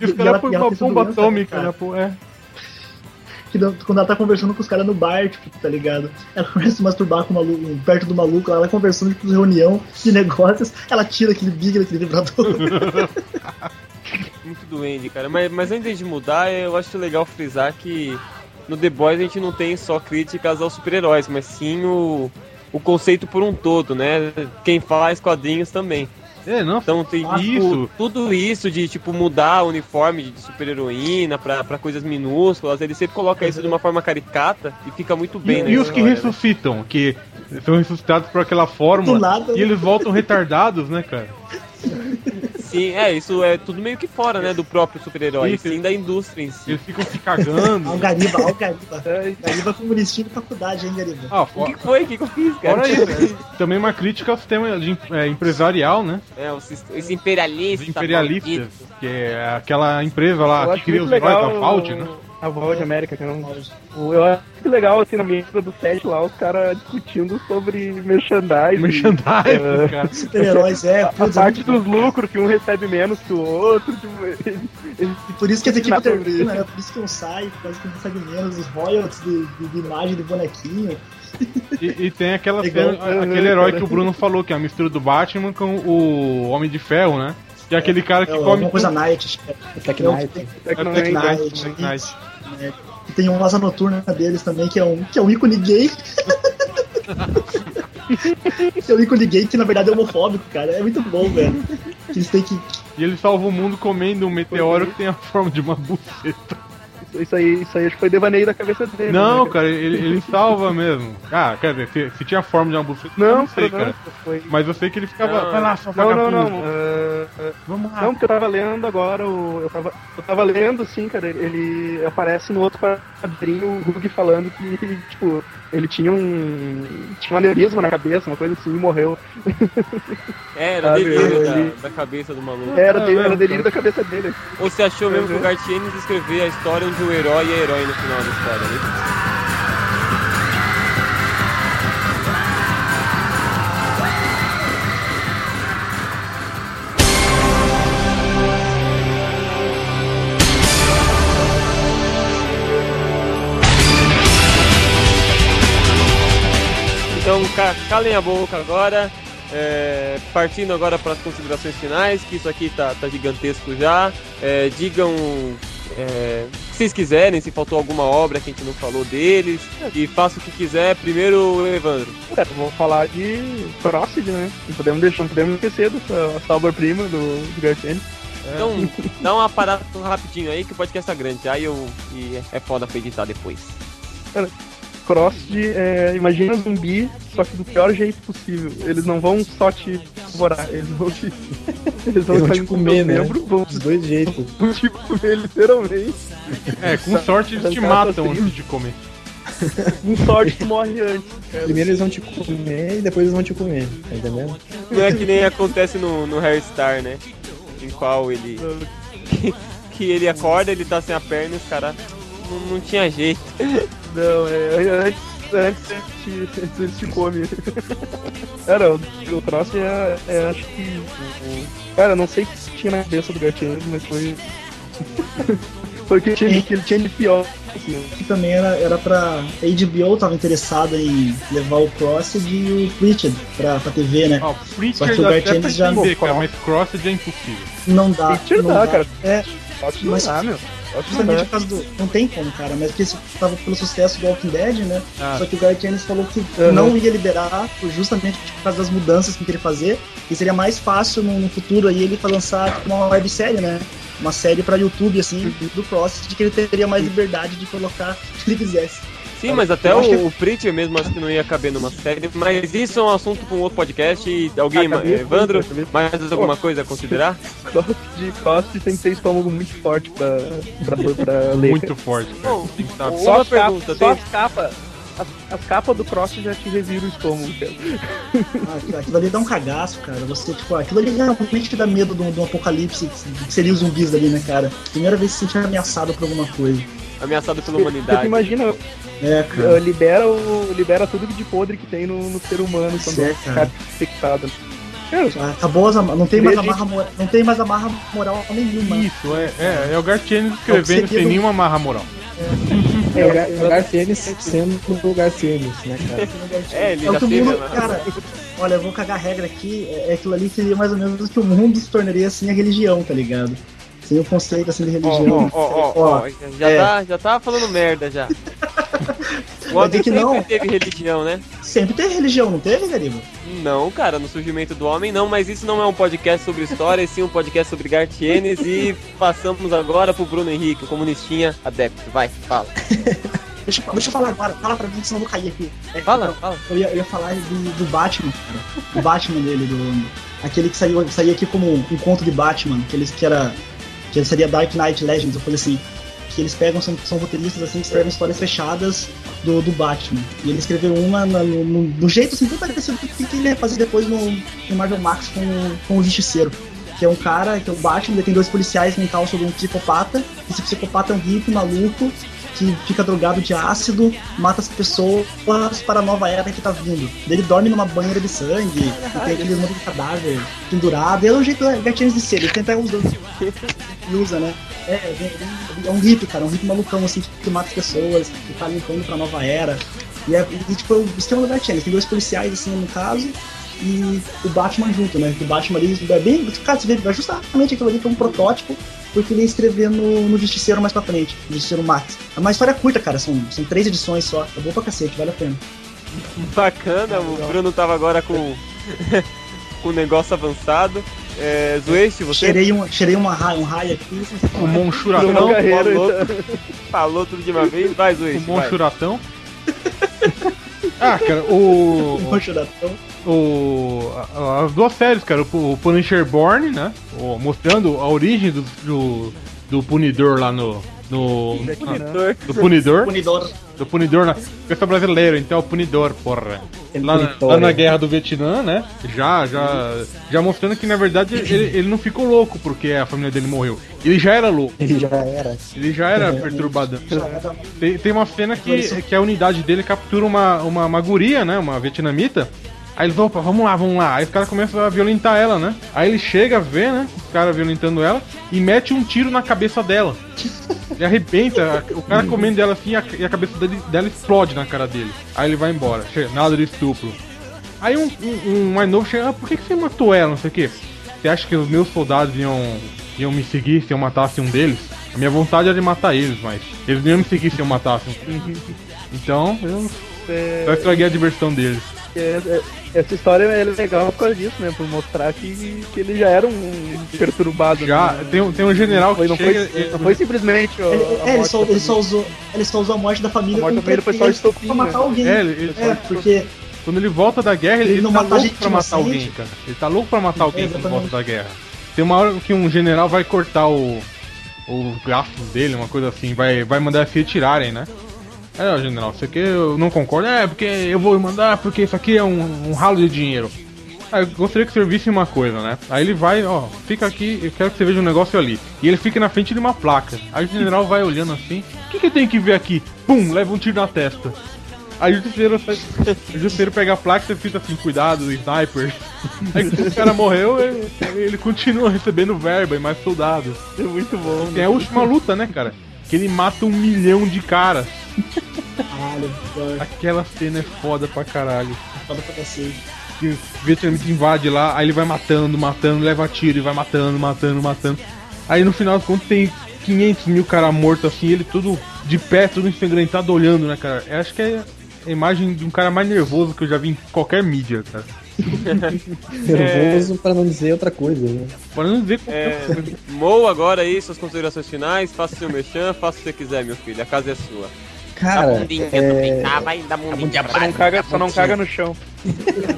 Speaker 4: E os
Speaker 2: E
Speaker 4: caras
Speaker 2: ela-
Speaker 4: põem
Speaker 2: e ela
Speaker 4: uma
Speaker 2: tem
Speaker 4: bomba
Speaker 2: doença,
Speaker 4: atômica.
Speaker 2: cara.
Speaker 4: né, pô, é.
Speaker 2: que dá- quando ela tá conversando com os caras no bar, tipo, tá ligado? Ela começa a se masturbar com o maluco, um, perto do maluco, ela conversando tipo, reunião de negócios, ela tira aquele big daquele vibrador.
Speaker 1: Muito doente, cara. Mas, mas antes de mudar, eu acho legal frisar que no The Boys a gente não tem só críticas aos super-heróis, mas sim o, o conceito por um todo, né? Quem faz quadrinhos também.
Speaker 4: É, não.
Speaker 1: Então tem
Speaker 4: Ah,
Speaker 1: tipo,
Speaker 4: isso.
Speaker 1: tudo isso de tipo mudar o uniforme de super-heroína pra, pra coisas minúsculas. Ele sempre coloca isso de uma forma caricata e fica muito
Speaker 4: E,
Speaker 1: bem, né?
Speaker 4: e os que ressuscitam, que são ressuscitados por aquela
Speaker 2: Do
Speaker 4: fórmula.
Speaker 2: nada,
Speaker 4: E eles voltam retardados, né, cara?
Speaker 1: Sim, é, isso é tudo meio que fora, né, do próprio super-herói,
Speaker 4: Isso.
Speaker 1: sim da indústria em si.
Speaker 4: Eles ficam se cagando.
Speaker 2: Ó o Gariba, ó o Gariba.
Speaker 5: Ai,
Speaker 2: Gariba comunistinho de faculdade, hein, Gariba?
Speaker 4: Ah,
Speaker 1: O
Speaker 4: fo-
Speaker 1: que foi? O que, que eu fiz, cara?
Speaker 4: fora isso. é. Também uma crítica ao sistema de, em- é, empresarial, né?
Speaker 1: É, o sis- esse imperialista.
Speaker 4: Os imperialistas,
Speaker 1: maldito.
Speaker 4: que é aquela empresa
Speaker 5: eu
Speaker 4: lá Ah, que
Speaker 5: acho
Speaker 4: cria
Speaker 5: muito
Speaker 4: os heróis da
Speaker 5: legal
Speaker 4: Vault, né?
Speaker 5: a Vault América, que era um- Eu acho muito legal, assim, na mesa do set lá, os caras discutindo sobre merchandising.
Speaker 4: Merchandise, cara.
Speaker 2: Super-heróis, é,
Speaker 5: A
Speaker 2: putz,
Speaker 5: parte dos lucros, que um recebe menos que o outro, tipo, eles- eles
Speaker 2: E por isso que essa equipe
Speaker 5: Nada a ver.
Speaker 2: termina, né? Por isso que eu saio, por causa que não sabe menos, os royalties de, de- de imagem do bonequinho.
Speaker 4: E, e tem aquela
Speaker 5: É
Speaker 2: Legal.
Speaker 4: cena-
Speaker 5: né,
Speaker 4: aquele herói que o Bruno falou, que é a mistura do Batman com o Homem de Ferro, né? Que é aquele cara que
Speaker 2: É,
Speaker 4: come.
Speaker 2: alguma coisa Night, acho que é.
Speaker 3: Attack
Speaker 2: Não,
Speaker 3: Knight.
Speaker 2: tem-
Speaker 5: até que não
Speaker 4: Até
Speaker 5: é
Speaker 4: que
Speaker 5: ainda.
Speaker 2: Knight,
Speaker 4: Night, Night.
Speaker 2: isso, né? E Tem um Asa Noturna deles também, que é um, que é um ícone gay. que é um ícone gay que na verdade é homofóbico, cara. É muito bom, velho. Que Eles têm que.
Speaker 4: E ele salva o mundo comendo um
Speaker 5: é.
Speaker 4: meteoro que tem a forma de uma buceta.
Speaker 5: Isso, isso aí, isso aí acho que foi devaneio da cabeça dele.
Speaker 4: Não,
Speaker 5: né,
Speaker 4: cara, ele, ele salva mesmo. Ah, quer dizer, se, se tinha a forma de uma buceta, eu não sei, cara.
Speaker 5: Foi...
Speaker 4: Mas eu sei que ele ficava.
Speaker 5: Não,
Speaker 4: vai lá, sua
Speaker 5: não, não, não.
Speaker 4: vagabunda." Ah.
Speaker 5: Vamos lá. Não, porque eu tava lendo agora, o, eu, tava, eu tava lendo, sim, cara, ele aparece no outro quadrinho, o Gug falando que, tipo, ele tinha um. tinha um aneurisma na cabeça, uma coisa assim, e morreu.
Speaker 1: É, Era
Speaker 5: Sabe,
Speaker 1: delírio
Speaker 5: ele-
Speaker 1: da, da cabeça do maluco.
Speaker 5: Era, de- era delírio da cabeça dele.
Speaker 1: Ou você achou mesmo que o
Speaker 5: Uhum.
Speaker 1: Gartienes escrevia a história onde o herói é herói no final da história, né? Então, ca- calem a boca agora. É, partindo agora para as considerações finais, que isso aqui tá, tá gigantesco já. É, digam é, o que vocês quiserem, se faltou alguma obra que a gente não falou deles. E faça o que quiser. Primeiro, Evandro.
Speaker 5: É, vou falar de Frosted, né? Não podemos deixar, não podemos esquecer dessa salva-prima do, do Garfield.
Speaker 1: Então, dá uma parada rapidinho aí, que o podcast tá grande. Aí eu. E é foda pra editar depois.
Speaker 5: Cara, Crossed, é, imagina zumbi, só que do pior jeito possível. Eles não vão só te devorar, eles vão te. Eles
Speaker 3: Eles vão
Speaker 5: sair
Speaker 3: te
Speaker 5: com
Speaker 3: comer,
Speaker 5: teu
Speaker 3: né?
Speaker 5: um membro, vão
Speaker 3: Dos dois jeitos.
Speaker 5: vão te comer literalmente.
Speaker 4: É, com sorte eles te matam antes de comer.
Speaker 5: Com sorte tu Um morre antes. cara.
Speaker 3: Primeiro eles vão te comer e depois eles vão te comer, tá entendendo?
Speaker 1: Não é que nem acontece no, no Harry Star, né? Em qual ele. Que, que ele acorda, ele tá sem a perna e os caras. Não, não tinha jeito.
Speaker 5: Não, é. Antes, antes eles te, antes eles te comem. Cara, o, o Cross é, é, Acho que. o- o- Cara, eu não sei o que tinha na cabeça do Gatinho, mas foi. foi o que, tinha, que ele tinha de pior. assim, né?
Speaker 2: Que também era, era pra. A HBO tava interessada em levar o Crossed e o Pritchard pra, pra TV, né?
Speaker 4: Ó,
Speaker 2: Só
Speaker 4: Preacher
Speaker 2: que o
Speaker 4: dá até pra
Speaker 2: Gartienes já
Speaker 4: entender, cara, mas Crossed é impossível.
Speaker 2: não dá.
Speaker 4: Pritchard
Speaker 2: não
Speaker 4: dá, cara.
Speaker 2: É.
Speaker 5: Crossed
Speaker 4: não
Speaker 2: mas
Speaker 4: dá, meu.
Speaker 2: Justamente
Speaker 4: dá.
Speaker 5: Uhum.
Speaker 2: por causa do. Não tem como, cara, mas porque isso tava pelo sucesso do Walking Dead, né?
Speaker 4: Ah.
Speaker 2: Só que o Gartienes falou que
Speaker 5: Aham.
Speaker 2: não ia liberar por- justamente por causa das mudanças que ele queria fazer. E seria mais fácil no, no futuro aí ele pra lançar tipo, uma websérie, né? Uma série pra YouTube, assim, do Cross, de que ele teria mais liberdade de colocar o que ele quisesse.
Speaker 1: Sim, mas até
Speaker 2: Tá. Eu acho
Speaker 1: o, o Preacher mesmo acho que não ia caber numa série. Mas isso é um assunto pra um outro podcast. E alguém, eh,
Speaker 5: Ah, cabe-
Speaker 1: Evandro,
Speaker 5: cabe-
Speaker 1: mais alguma coisa a considerar?
Speaker 5: Crossed, Crossed tem que ter estômago muito forte pra, pra, pra ler.
Speaker 4: Muito forte, cara. Tem que estar-
Speaker 5: Só
Speaker 1: Uma
Speaker 5: as capas,
Speaker 1: pergunta,
Speaker 5: só
Speaker 1: tem-
Speaker 5: as capas. As, as capas do Crossed já te reviram o estômago, cara.
Speaker 2: Ah, Aquilo ali dá um cagaço, cara. Você, tipo, aquilo ali realmente dá medo de um, de um apocalipse que que seria os zumbis ali, né, cara? Primeira vez que se sentia ameaçado por alguma coisa.
Speaker 1: Ameaçado pela
Speaker 5: Tu
Speaker 1: humanidade.
Speaker 5: imagina,
Speaker 2: É,
Speaker 5: Uh,
Speaker 2: cara.
Speaker 5: libera, o, libera tudo de podre que tem no, no ser humano quando
Speaker 2: Certo,
Speaker 5: fica
Speaker 2: cara.
Speaker 5: infectado. Cara,
Speaker 2: Acabou as ama- não tem mais
Speaker 5: Queria
Speaker 2: amarra moral. Não tem mais amarra moral nenhuma.
Speaker 4: Isso, é, é, é o Gartienes
Speaker 2: É o
Speaker 4: escrevendo
Speaker 2: segredo-
Speaker 4: sem nenhuma marra moral.
Speaker 3: É o, Gar- é o Garfienes sendo o Garfienes, né, cara?
Speaker 1: É, ele
Speaker 2: É o
Speaker 1: já
Speaker 2: que o
Speaker 1: teve.
Speaker 2: mundo, cara, olha, eu vou cagar a regra aqui, é é aquilo ali seria mais ou menos o que o mundo se tornaria assim a religião, tá ligado? Seria o conceito assim de
Speaker 1: Ó,
Speaker 2: religião.
Speaker 1: ó, ó, ó, ó,
Speaker 2: É.
Speaker 1: já, tá, já tá falando merda já. O
Speaker 2: Vai
Speaker 1: homem
Speaker 2: dizer é que
Speaker 1: sempre
Speaker 2: não?
Speaker 1: teve religião, né?
Speaker 2: Sempre teve religião, não teve, Gariba?
Speaker 1: Não, cara, no surgimento do homem não, mas isso não é um podcast sobre história, e sim um podcast sobre Gartienes e passamos agora pro Bruno Henrique, o comunistinha adepto. Vai, fala.
Speaker 2: Deixa, eu- deixa eu falar agora, fala pra mim, senão eu vou cair aqui. É,
Speaker 1: Fala,
Speaker 2: não,
Speaker 1: fala.
Speaker 2: Eu ia, eu ia falar do, do Batman, cara. O Batman dele, do. Aquele que saiu, que saiu aqui como um conto de Batman, que eles que era. Que seria Dark Knight Legends, eu falei assim. Que eles pegam, são, são roteiristas assim, que escrevem histórias fechadas do, do Batman. E ele escreveu uma na- no, no- do jeito assim, tão parecido com o que que ele ia fazer depois no, no Marvel Max com, o- com o Justiceiro. Que é um cara, que é o Batman, ele tem dois policiais que encalçam sobre um psicopata. Esse psicopata é um hippie maluco que fica drogado de ácido, mata as pessoas para a nova era que tá vindo. Ele dorme numa banheira de sangue, e tem aquele monte de cadáver pendurado. É o jeito da gatinhos de ser, ele tenta usar. E usa, né? É, é, é um hippie, cara, um hippie malucão, assim, que mata as pessoas, que tá limpando pra nova era. E, é, e tipo, é o esquema do Batman, tem dois policiais, assim, no caso, e o Batman junto, né? Que o Batman ali é bem. Cara, você vê, é justamente aquilo ali que é um protótipo porque ele ia escrever no, no Justiceiro mais pra frente, no Justiceiro Max. É uma história curta, cara, são, são três edições só. É boa pra cacete, vale a pena.
Speaker 1: Bacana, o Bruno tava agora com com o negócio um avançado. É, Zueste, você. tá
Speaker 2: Cheirei, um, cheirei uma raia, um raio aqui.
Speaker 1: O Monchuratão falou, falou tudo de uma vez. Vai, Zueste.
Speaker 4: O Monchuratão. Ah, cara, o.
Speaker 2: um
Speaker 4: o a- as duas séries, cara, o o Punisher Born, né? o- mostrando a origem do, do, do punidor lá no. no
Speaker 6: Jack
Speaker 4: na-
Speaker 6: Chan.
Speaker 4: do punidor.
Speaker 2: Punidor.
Speaker 4: Do punidor na. Porque é brasileiro, então é o punidor, porra.
Speaker 2: É
Speaker 4: Lá na, lá na guerra do Vietnã, né? Já, já. Já mostrando que na verdade ele, ele não ficou louco porque a família dele morreu. Ele já era louco.
Speaker 2: Ele já era.
Speaker 4: Ele já era
Speaker 2: Realmente.
Speaker 4: perturbadão.
Speaker 2: Já era.
Speaker 4: Tem, tem uma cena que, que a unidade dele captura uma, uma, uma guria, né? Uma vietnamita. Aí eles, opa, vamos lá, vamos lá. Aí os caras começam a violentar ela, né? Aí ele chega, vê, né? Os caras violentando ela e mete um tiro na cabeça dela. Ele arrebenta, o cara comendo ela assim e a, e a cabeça dele- dela explode na cara dele. Aí ele vai embora. Che- Nada de estupro. Aí um, um, um mais novo chega, ah, por que, que você matou ela, não sei o quê? Você acha que os meus soldados iam, iam me seguir se eu matasse um deles? A minha vontade era de matar eles, mas eles não iam me seguir se eu matasse um. Então, eu
Speaker 5: É,
Speaker 4: só estraguei a diversão deles.
Speaker 5: é- é- essa história é legal por causa disso, né? Por mostrar que, que ele já era um perturbado.
Speaker 4: Já,
Speaker 5: né?
Speaker 4: tem, um- tem um general que
Speaker 5: Foi- não foi-
Speaker 4: chega... e-
Speaker 5: não foi simplesmente ó,
Speaker 2: Ele,
Speaker 5: a
Speaker 2: é, ele
Speaker 5: morte assim,
Speaker 2: só,
Speaker 5: da
Speaker 2: ele, só usou, ele só usou a morte da família
Speaker 5: A morte da família foi só
Speaker 2: pretexto
Speaker 5: estopim,
Speaker 2: pra matar
Speaker 5: né?
Speaker 2: alguém.
Speaker 4: É, ele- ele
Speaker 2: É,
Speaker 4: só-
Speaker 2: porque
Speaker 4: Quando ele volta da guerra, ele,
Speaker 2: Ele não
Speaker 4: tá
Speaker 2: matar
Speaker 4: louco
Speaker 2: gente
Speaker 4: pra matar
Speaker 2: inocente?
Speaker 4: alguém, cara. Ele tá louco pra matar alguém quando
Speaker 2: exatamente.
Speaker 4: volta da guerra. Tem uma hora que um general vai cortar o, o gráfico dele, uma coisa assim, vai, vai mandar se retirarem, né? É, ó, general, isso aqui eu não concordo. É, porque eu vou mandar, porque isso aqui é um, um ralo de dinheiro. Ah, eu gostaria que o senhor visse uma coisa, né? Aí ele vai, ó, fica aqui, eu quero que você veja um negócio ali. E ele fica na frente de uma placa. Aí o general vai olhando assim, o que, que eu tenho que ver aqui? Pum, leva um tiro na testa. Aí o justiceiro, faz- o justiceiro pega a placa e fica assim, cuidado, sniper. Aí quando É o cara morreu, ele, ele continua recebendo verba e mais soldados.
Speaker 5: É muito bom.
Speaker 4: É a última luta, né, cara? Que ele mata um milhão de caras.
Speaker 2: Caralho,
Speaker 4: Aquela cena é foda pra caralho.
Speaker 2: Foda pra cacete.
Speaker 4: Que o vietnamita invade lá, aí ele vai matando, matando, leva tiro e vai matando, matando, matando. Aí no final, quando tem 500 mil caras mortos assim, ele tudo de pé, tudo ensangrentado, olhando, né, cara? Eu acho que é a imagem de um cara mais nervoso que eu já vi em qualquer mídia, cara. É.
Speaker 3: Nervoso pra não dizer outra coisa. né?
Speaker 4: Para não dizer qualquer
Speaker 1: É, Mou agora aí suas considerações finais, faça o seu merchan, faça o que você quiser, meu filho, a casa é sua.
Speaker 3: Cara,
Speaker 1: Dá bundinha,
Speaker 3: é-
Speaker 1: também, tá? Vai dar bundinha pra
Speaker 5: Só não
Speaker 1: baixo,
Speaker 5: caga,
Speaker 1: dá
Speaker 5: só não
Speaker 1: bundinha.
Speaker 5: caga no chão.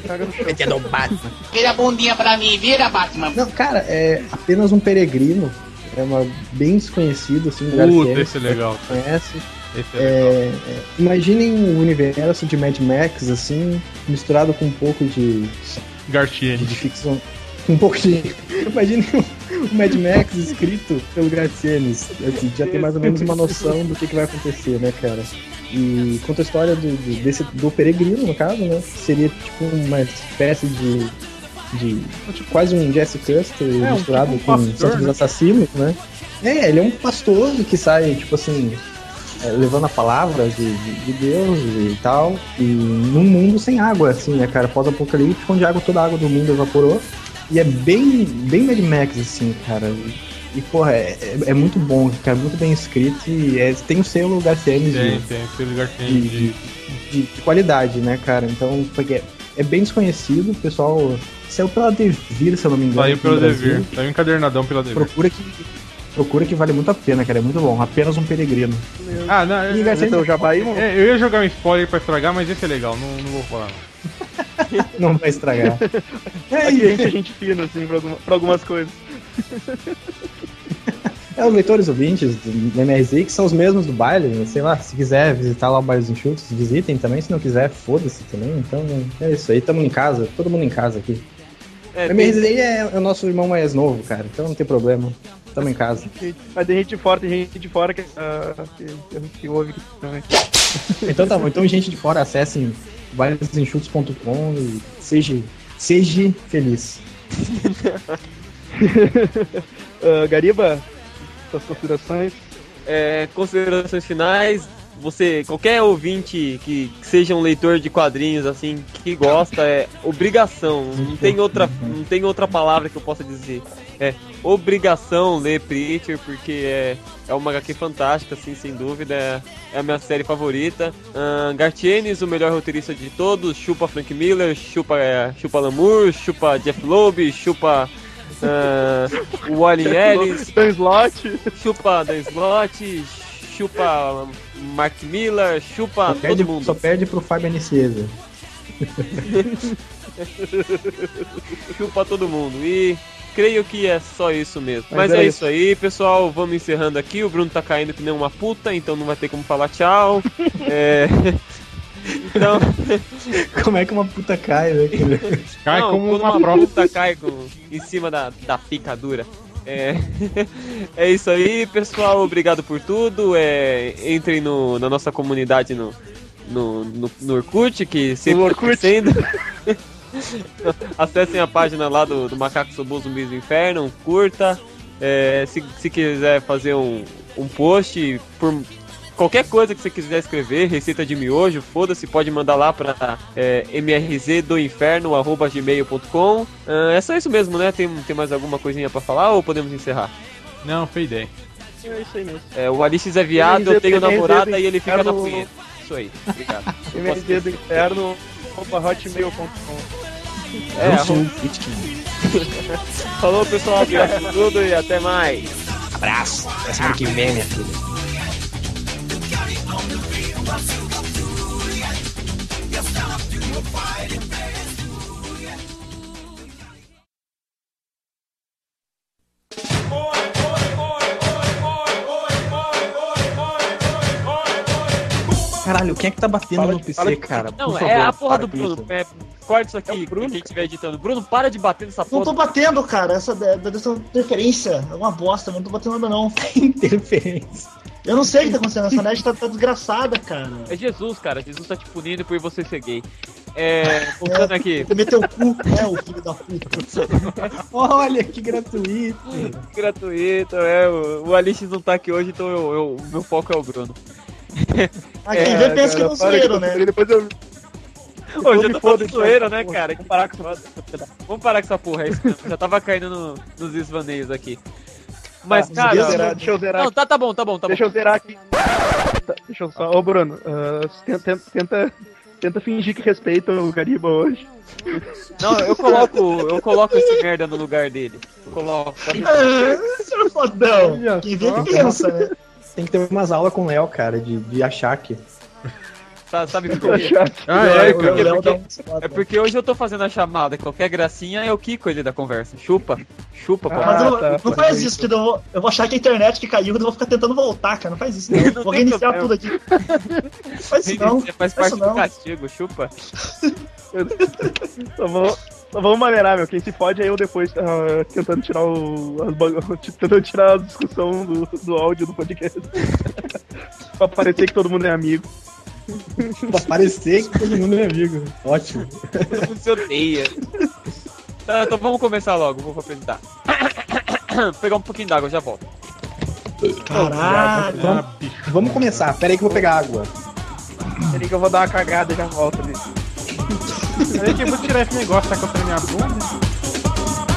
Speaker 5: caga no chão.
Speaker 13: Vira a bundinha pra mim, vira, Batman.
Speaker 3: Não, cara, é apenas um peregrino. É uma bem desconhecido, assim, um lugar
Speaker 4: Puta,
Speaker 3: que
Speaker 4: esse é legal.
Speaker 3: conhece.
Speaker 4: Esse é legal.
Speaker 3: É, é, imaginem um universo de Mad Max, assim, misturado com um pouco de,
Speaker 4: Gartiene.
Speaker 3: de ficção. Com um pouco de. Imaginem um Mad Max escrito pelo Garcienes. Assim, já tem mais ou menos uma noção do que, que vai acontecer, né, cara? E conta a história do, do, desse, do peregrino, no caso, né? Que seria tipo uma espécie de. de quase um Jesse Custer
Speaker 4: um-
Speaker 3: misturado
Speaker 4: tipo um
Speaker 3: com
Speaker 4: pastor,
Speaker 3: Santos
Speaker 4: né?
Speaker 3: Assassinos, né? É, ele é um pastor que sai, tipo assim, é, levando a palavra de, de- de Deus e tal, e num mundo sem água, assim, né, cara? Pós-apocalíptico, onde a água, toda a água do mundo evaporou. E é bem, bem Mad Max, assim, cara. E, e, porra, é, é- é muito bom, cara, muito bem escrito e é- tem o selo Garcênis de,
Speaker 4: Tem, tem, pelo Gartiene. de-
Speaker 3: de, de qualidade, né, cara? Então, porque é, é bem desconhecido, o pessoal saiu pela Devir, se eu não me engano.
Speaker 4: Saiu
Speaker 3: aqui
Speaker 4: pelo
Speaker 3: no Brasil.
Speaker 4: dever. Saiu encadernadão pela dever.
Speaker 3: Procura que, procura que vale muito a pena, cara, é muito bom. Apenas um peregrino.
Speaker 4: Ah, não, eu,
Speaker 3: Liga sempre-
Speaker 4: é, eu ia jogar um spoiler pra estragar, mas esse é legal, não, não vou falar.
Speaker 3: Não vai estragar.
Speaker 5: a gente, a gente fina, assim, pra, alguma- pra algumas coisas.
Speaker 3: É, os leitores ouvintes do MRZ que são os mesmos do baile, sei lá, se quiser visitar lá o Baile dos Enxutos, visitem também, se não quiser, foda-se também. Então é isso aí, tamo em casa, todo mundo em casa aqui.
Speaker 1: É,
Speaker 3: o MRZ é o nosso irmão mais novo, cara, então não tem problema, tamo em casa.
Speaker 5: Mas tem gente de fora, tem gente de fora que, ah, que, que né? ouve também.
Speaker 3: Então tá bom, então gente de fora, acessem bailedosenxutos.com e seja, seja feliz.
Speaker 5: Ah, Gariba, suas considerações.
Speaker 1: É, considerações finais, você, qualquer ouvinte que, que seja um leitor de quadrinhos assim, que gosta, é obrigação, não tem outra, não tem outra palavra que eu possa dizer. É obrigação ler Preacher, porque é, é uma HQ fantástica, assim, sem dúvida, é, é a minha série favorita. Ahn, Gartienes, o melhor roteirista de todos, chupa Frank Miller, chupa, é, chupa Lamour, chupa Jeff Loeb, chupa ah, o Wally Ellis. Dan Slot. Chupa Dan Slot, chupa Mark Miller, chupa
Speaker 3: Só perde,
Speaker 1: todo mundo.
Speaker 3: só perde pro Fábio Aniceso.
Speaker 1: Chupa todo mundo. E creio que é só isso mesmo. Mas,
Speaker 5: Mas
Speaker 1: é,
Speaker 5: é
Speaker 1: isso aí, pessoal. Vamos encerrando aqui. O Bruno tá caindo que nem uma puta, então não vai ter como falar tchau. É, Então.
Speaker 3: Como é que uma puta cai, né? cara?
Speaker 1: não, quando puta cai com- em cima da, da pica dura. É, é isso aí, pessoal. Obrigado por tudo. É, entrem no, na nossa comunidade no, no, no, no Orkut, que sempre está crescendo. Acessem a página lá do, do Macaco Sobu Zumbis do Inferno, curta. É, se, se quiser fazer um, um post, por qualquer coisa que você quiser escrever, receita de miojo, foda-se, pode mandar lá pra é, mrzdoinferno.gmail.com. Ah, é só isso mesmo, né? Tem, tem mais alguma coisinha pra falar ou podemos encerrar?
Speaker 4: Não, foi ideia.
Speaker 5: É isso aí mesmo.
Speaker 1: É, o Alix é viado,
Speaker 5: MRZ
Speaker 1: eu tenho
Speaker 5: do
Speaker 1: namorada
Speaker 5: inferno.
Speaker 1: e ele fica na punheta. Isso aí, obrigado. Eu posso
Speaker 5: MRZ do inferno, arroba hotmail.com.
Speaker 1: É, Falou pessoal, obrigado por tudo e até mais. Abraço, até semana que vem, minha filha.
Speaker 3: Caralho, quem é que tá batendo no PC,
Speaker 1: fala de-
Speaker 3: cara?
Speaker 1: Não,
Speaker 3: Por
Speaker 1: é
Speaker 3: favor,
Speaker 1: a porra
Speaker 3: para
Speaker 1: do
Speaker 3: com
Speaker 1: Bruno.
Speaker 3: isso.
Speaker 1: É, corta isso aqui que quem estiver editando. Bruno, para de bater nessa
Speaker 2: Não
Speaker 1: porra.
Speaker 2: tô batendo, cara. Essa da- da- dessa interferência é uma bosta, não tô batendo nada, não.
Speaker 3: interferência.
Speaker 2: Eu não sei o que tá acontecendo. Essa net tá, tá desgraçada, cara.
Speaker 1: É Jesus, cara. Jesus tá te punindo por você ser gay. É, voltando aqui.
Speaker 2: Comer teu cu, né, o filho da puta.
Speaker 3: Olha, que gratuito.
Speaker 1: Gratuito, é. O, o Alix não tá aqui hoje, então eu, eu- o meu foco é o Bruno.
Speaker 2: Ah, quem vê pensa que é um zoeiro, né?
Speaker 5: Depois eu...
Speaker 1: Hoje eu
Speaker 5: me
Speaker 1: tô falando
Speaker 5: foda,
Speaker 1: zoeira,
Speaker 5: então,
Speaker 1: né,
Speaker 5: porra.
Speaker 1: cara? Vamos parar com essa porra. Vamos parar com essa porra, é isso mesmo. Já tava caindo no- nos esvaneios aqui. Mas,
Speaker 5: Tá,
Speaker 1: cara.
Speaker 5: deixa eu zerar- deixa eu zerar
Speaker 1: Não,
Speaker 5: aqui.
Speaker 1: tá, tá bom, tá bom, tá
Speaker 5: Deixa
Speaker 1: bom.
Speaker 5: eu zerar aqui. Tá, deixa eu só. Ô, Bruno, ah, tenta, tenta- tenta, tenta fingir que respeita o Gariba hoje.
Speaker 1: Não, eu coloco, eu coloco esse merda no lugar dele. Eu coloco. tá
Speaker 2: Senhor fodão. Quem vê pensa, né?
Speaker 3: Tem que ter umas aulas com o Léo, cara, de, de achaque.
Speaker 1: Tá, sabe por quê?
Speaker 3: Ah, é,
Speaker 1: É porque-
Speaker 3: cara.
Speaker 1: porque-
Speaker 2: um
Speaker 1: é porque hoje eu tô fazendo a chamada, qualquer gracinha eu quico ele da conversa. Chupa, chupa, pô.
Speaker 2: Ah, Mas não, não faz isso, que eu vou, eu vou achar que a internet que caiu e eu vou ficar tentando voltar, cara. Não faz isso, não. vou
Speaker 1: tem
Speaker 2: reiniciar
Speaker 1: problema.
Speaker 2: tudo aqui. Não faz isso, não.
Speaker 1: Você faz
Speaker 2: Não faz
Speaker 1: parte
Speaker 2: isso,
Speaker 1: do
Speaker 2: não.
Speaker 1: castigo, chupa.
Speaker 5: Só, vou, só vamos maneirar, meu. Quem se pode é eu depois ah, tentando tirar o. As, bag- tentando tirar a discussão do, do áudio do podcast. pra parecer que todo mundo é amigo.
Speaker 3: pra parecer que todo mundo é amigo. Ótimo.
Speaker 1: Todo mundo se odeia. Tá, então vamos começar logo, vou apresentar. Pegar um pouquinho d'água, já volto.
Speaker 3: Caralho. Vamos, vamos começar. Pera aí que eu vou pegar água.
Speaker 5: Peraí que eu vou dar uma cagada e já volto ali.
Speaker 4: Peraí que eu vou tirar esse negócio, tá contra a minha bunda.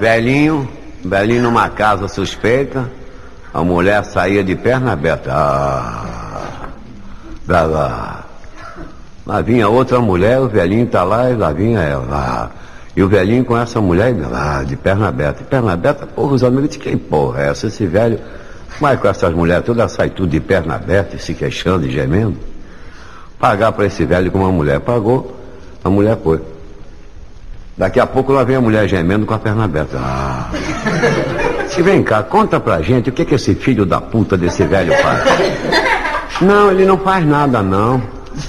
Speaker 14: Velhinho, velhinho numa casa suspeita, a mulher saía de perna aberta. Ah, lá, lá. Lá vinha outra mulher, o velhinho tá lá e lá vinha ela. Ah, e o velhinho com essa mulher e lá, de perna aberta. Perna aberta, porra, os amigos de quem porra é essa? Esse velho vai com essas mulheres todas, sai tudo de perna aberta e se queixando e gemendo. Pagar pra esse velho como a mulher pagou, a mulher foi. Daqui a pouco lá vem a mulher gemendo com a perna aberta. Ah. Se vem cá, conta pra gente o que, que esse filho da puta desse velho faz. Não, ele não faz nada, não.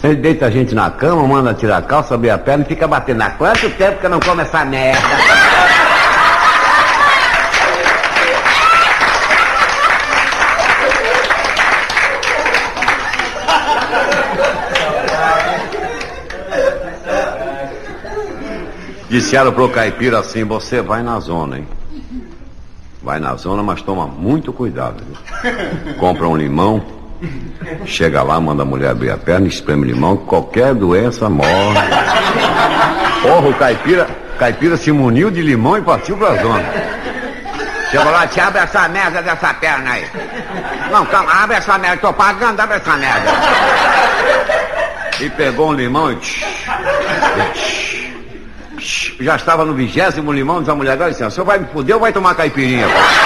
Speaker 14: Ele deita a gente na cama, manda tirar a calça, abrir a perna e fica batendo. Há quanto tempo que eu não como essa merda? Disseram pro caipira assim: você vai na zona, hein? Vai na zona, mas toma muito cuidado. Viu? Compra um limão, chega lá, manda a mulher abrir a perna, espreme o limão, qualquer doença morre. Porra, o caipira, caipira se muniu de limão e partiu pra zona.
Speaker 15: Chegou lá, te abre essa merda dessa perna aí.
Speaker 14: Não, calma, abre essa merda, tô pagando, abre essa merda. E pegou um limão e. tch, e assim, tch, tch. já estava no vigésimo limão, diz a mulher, dá licença, o senhor vai me fuder ou vai tomar caipirinha? pô?"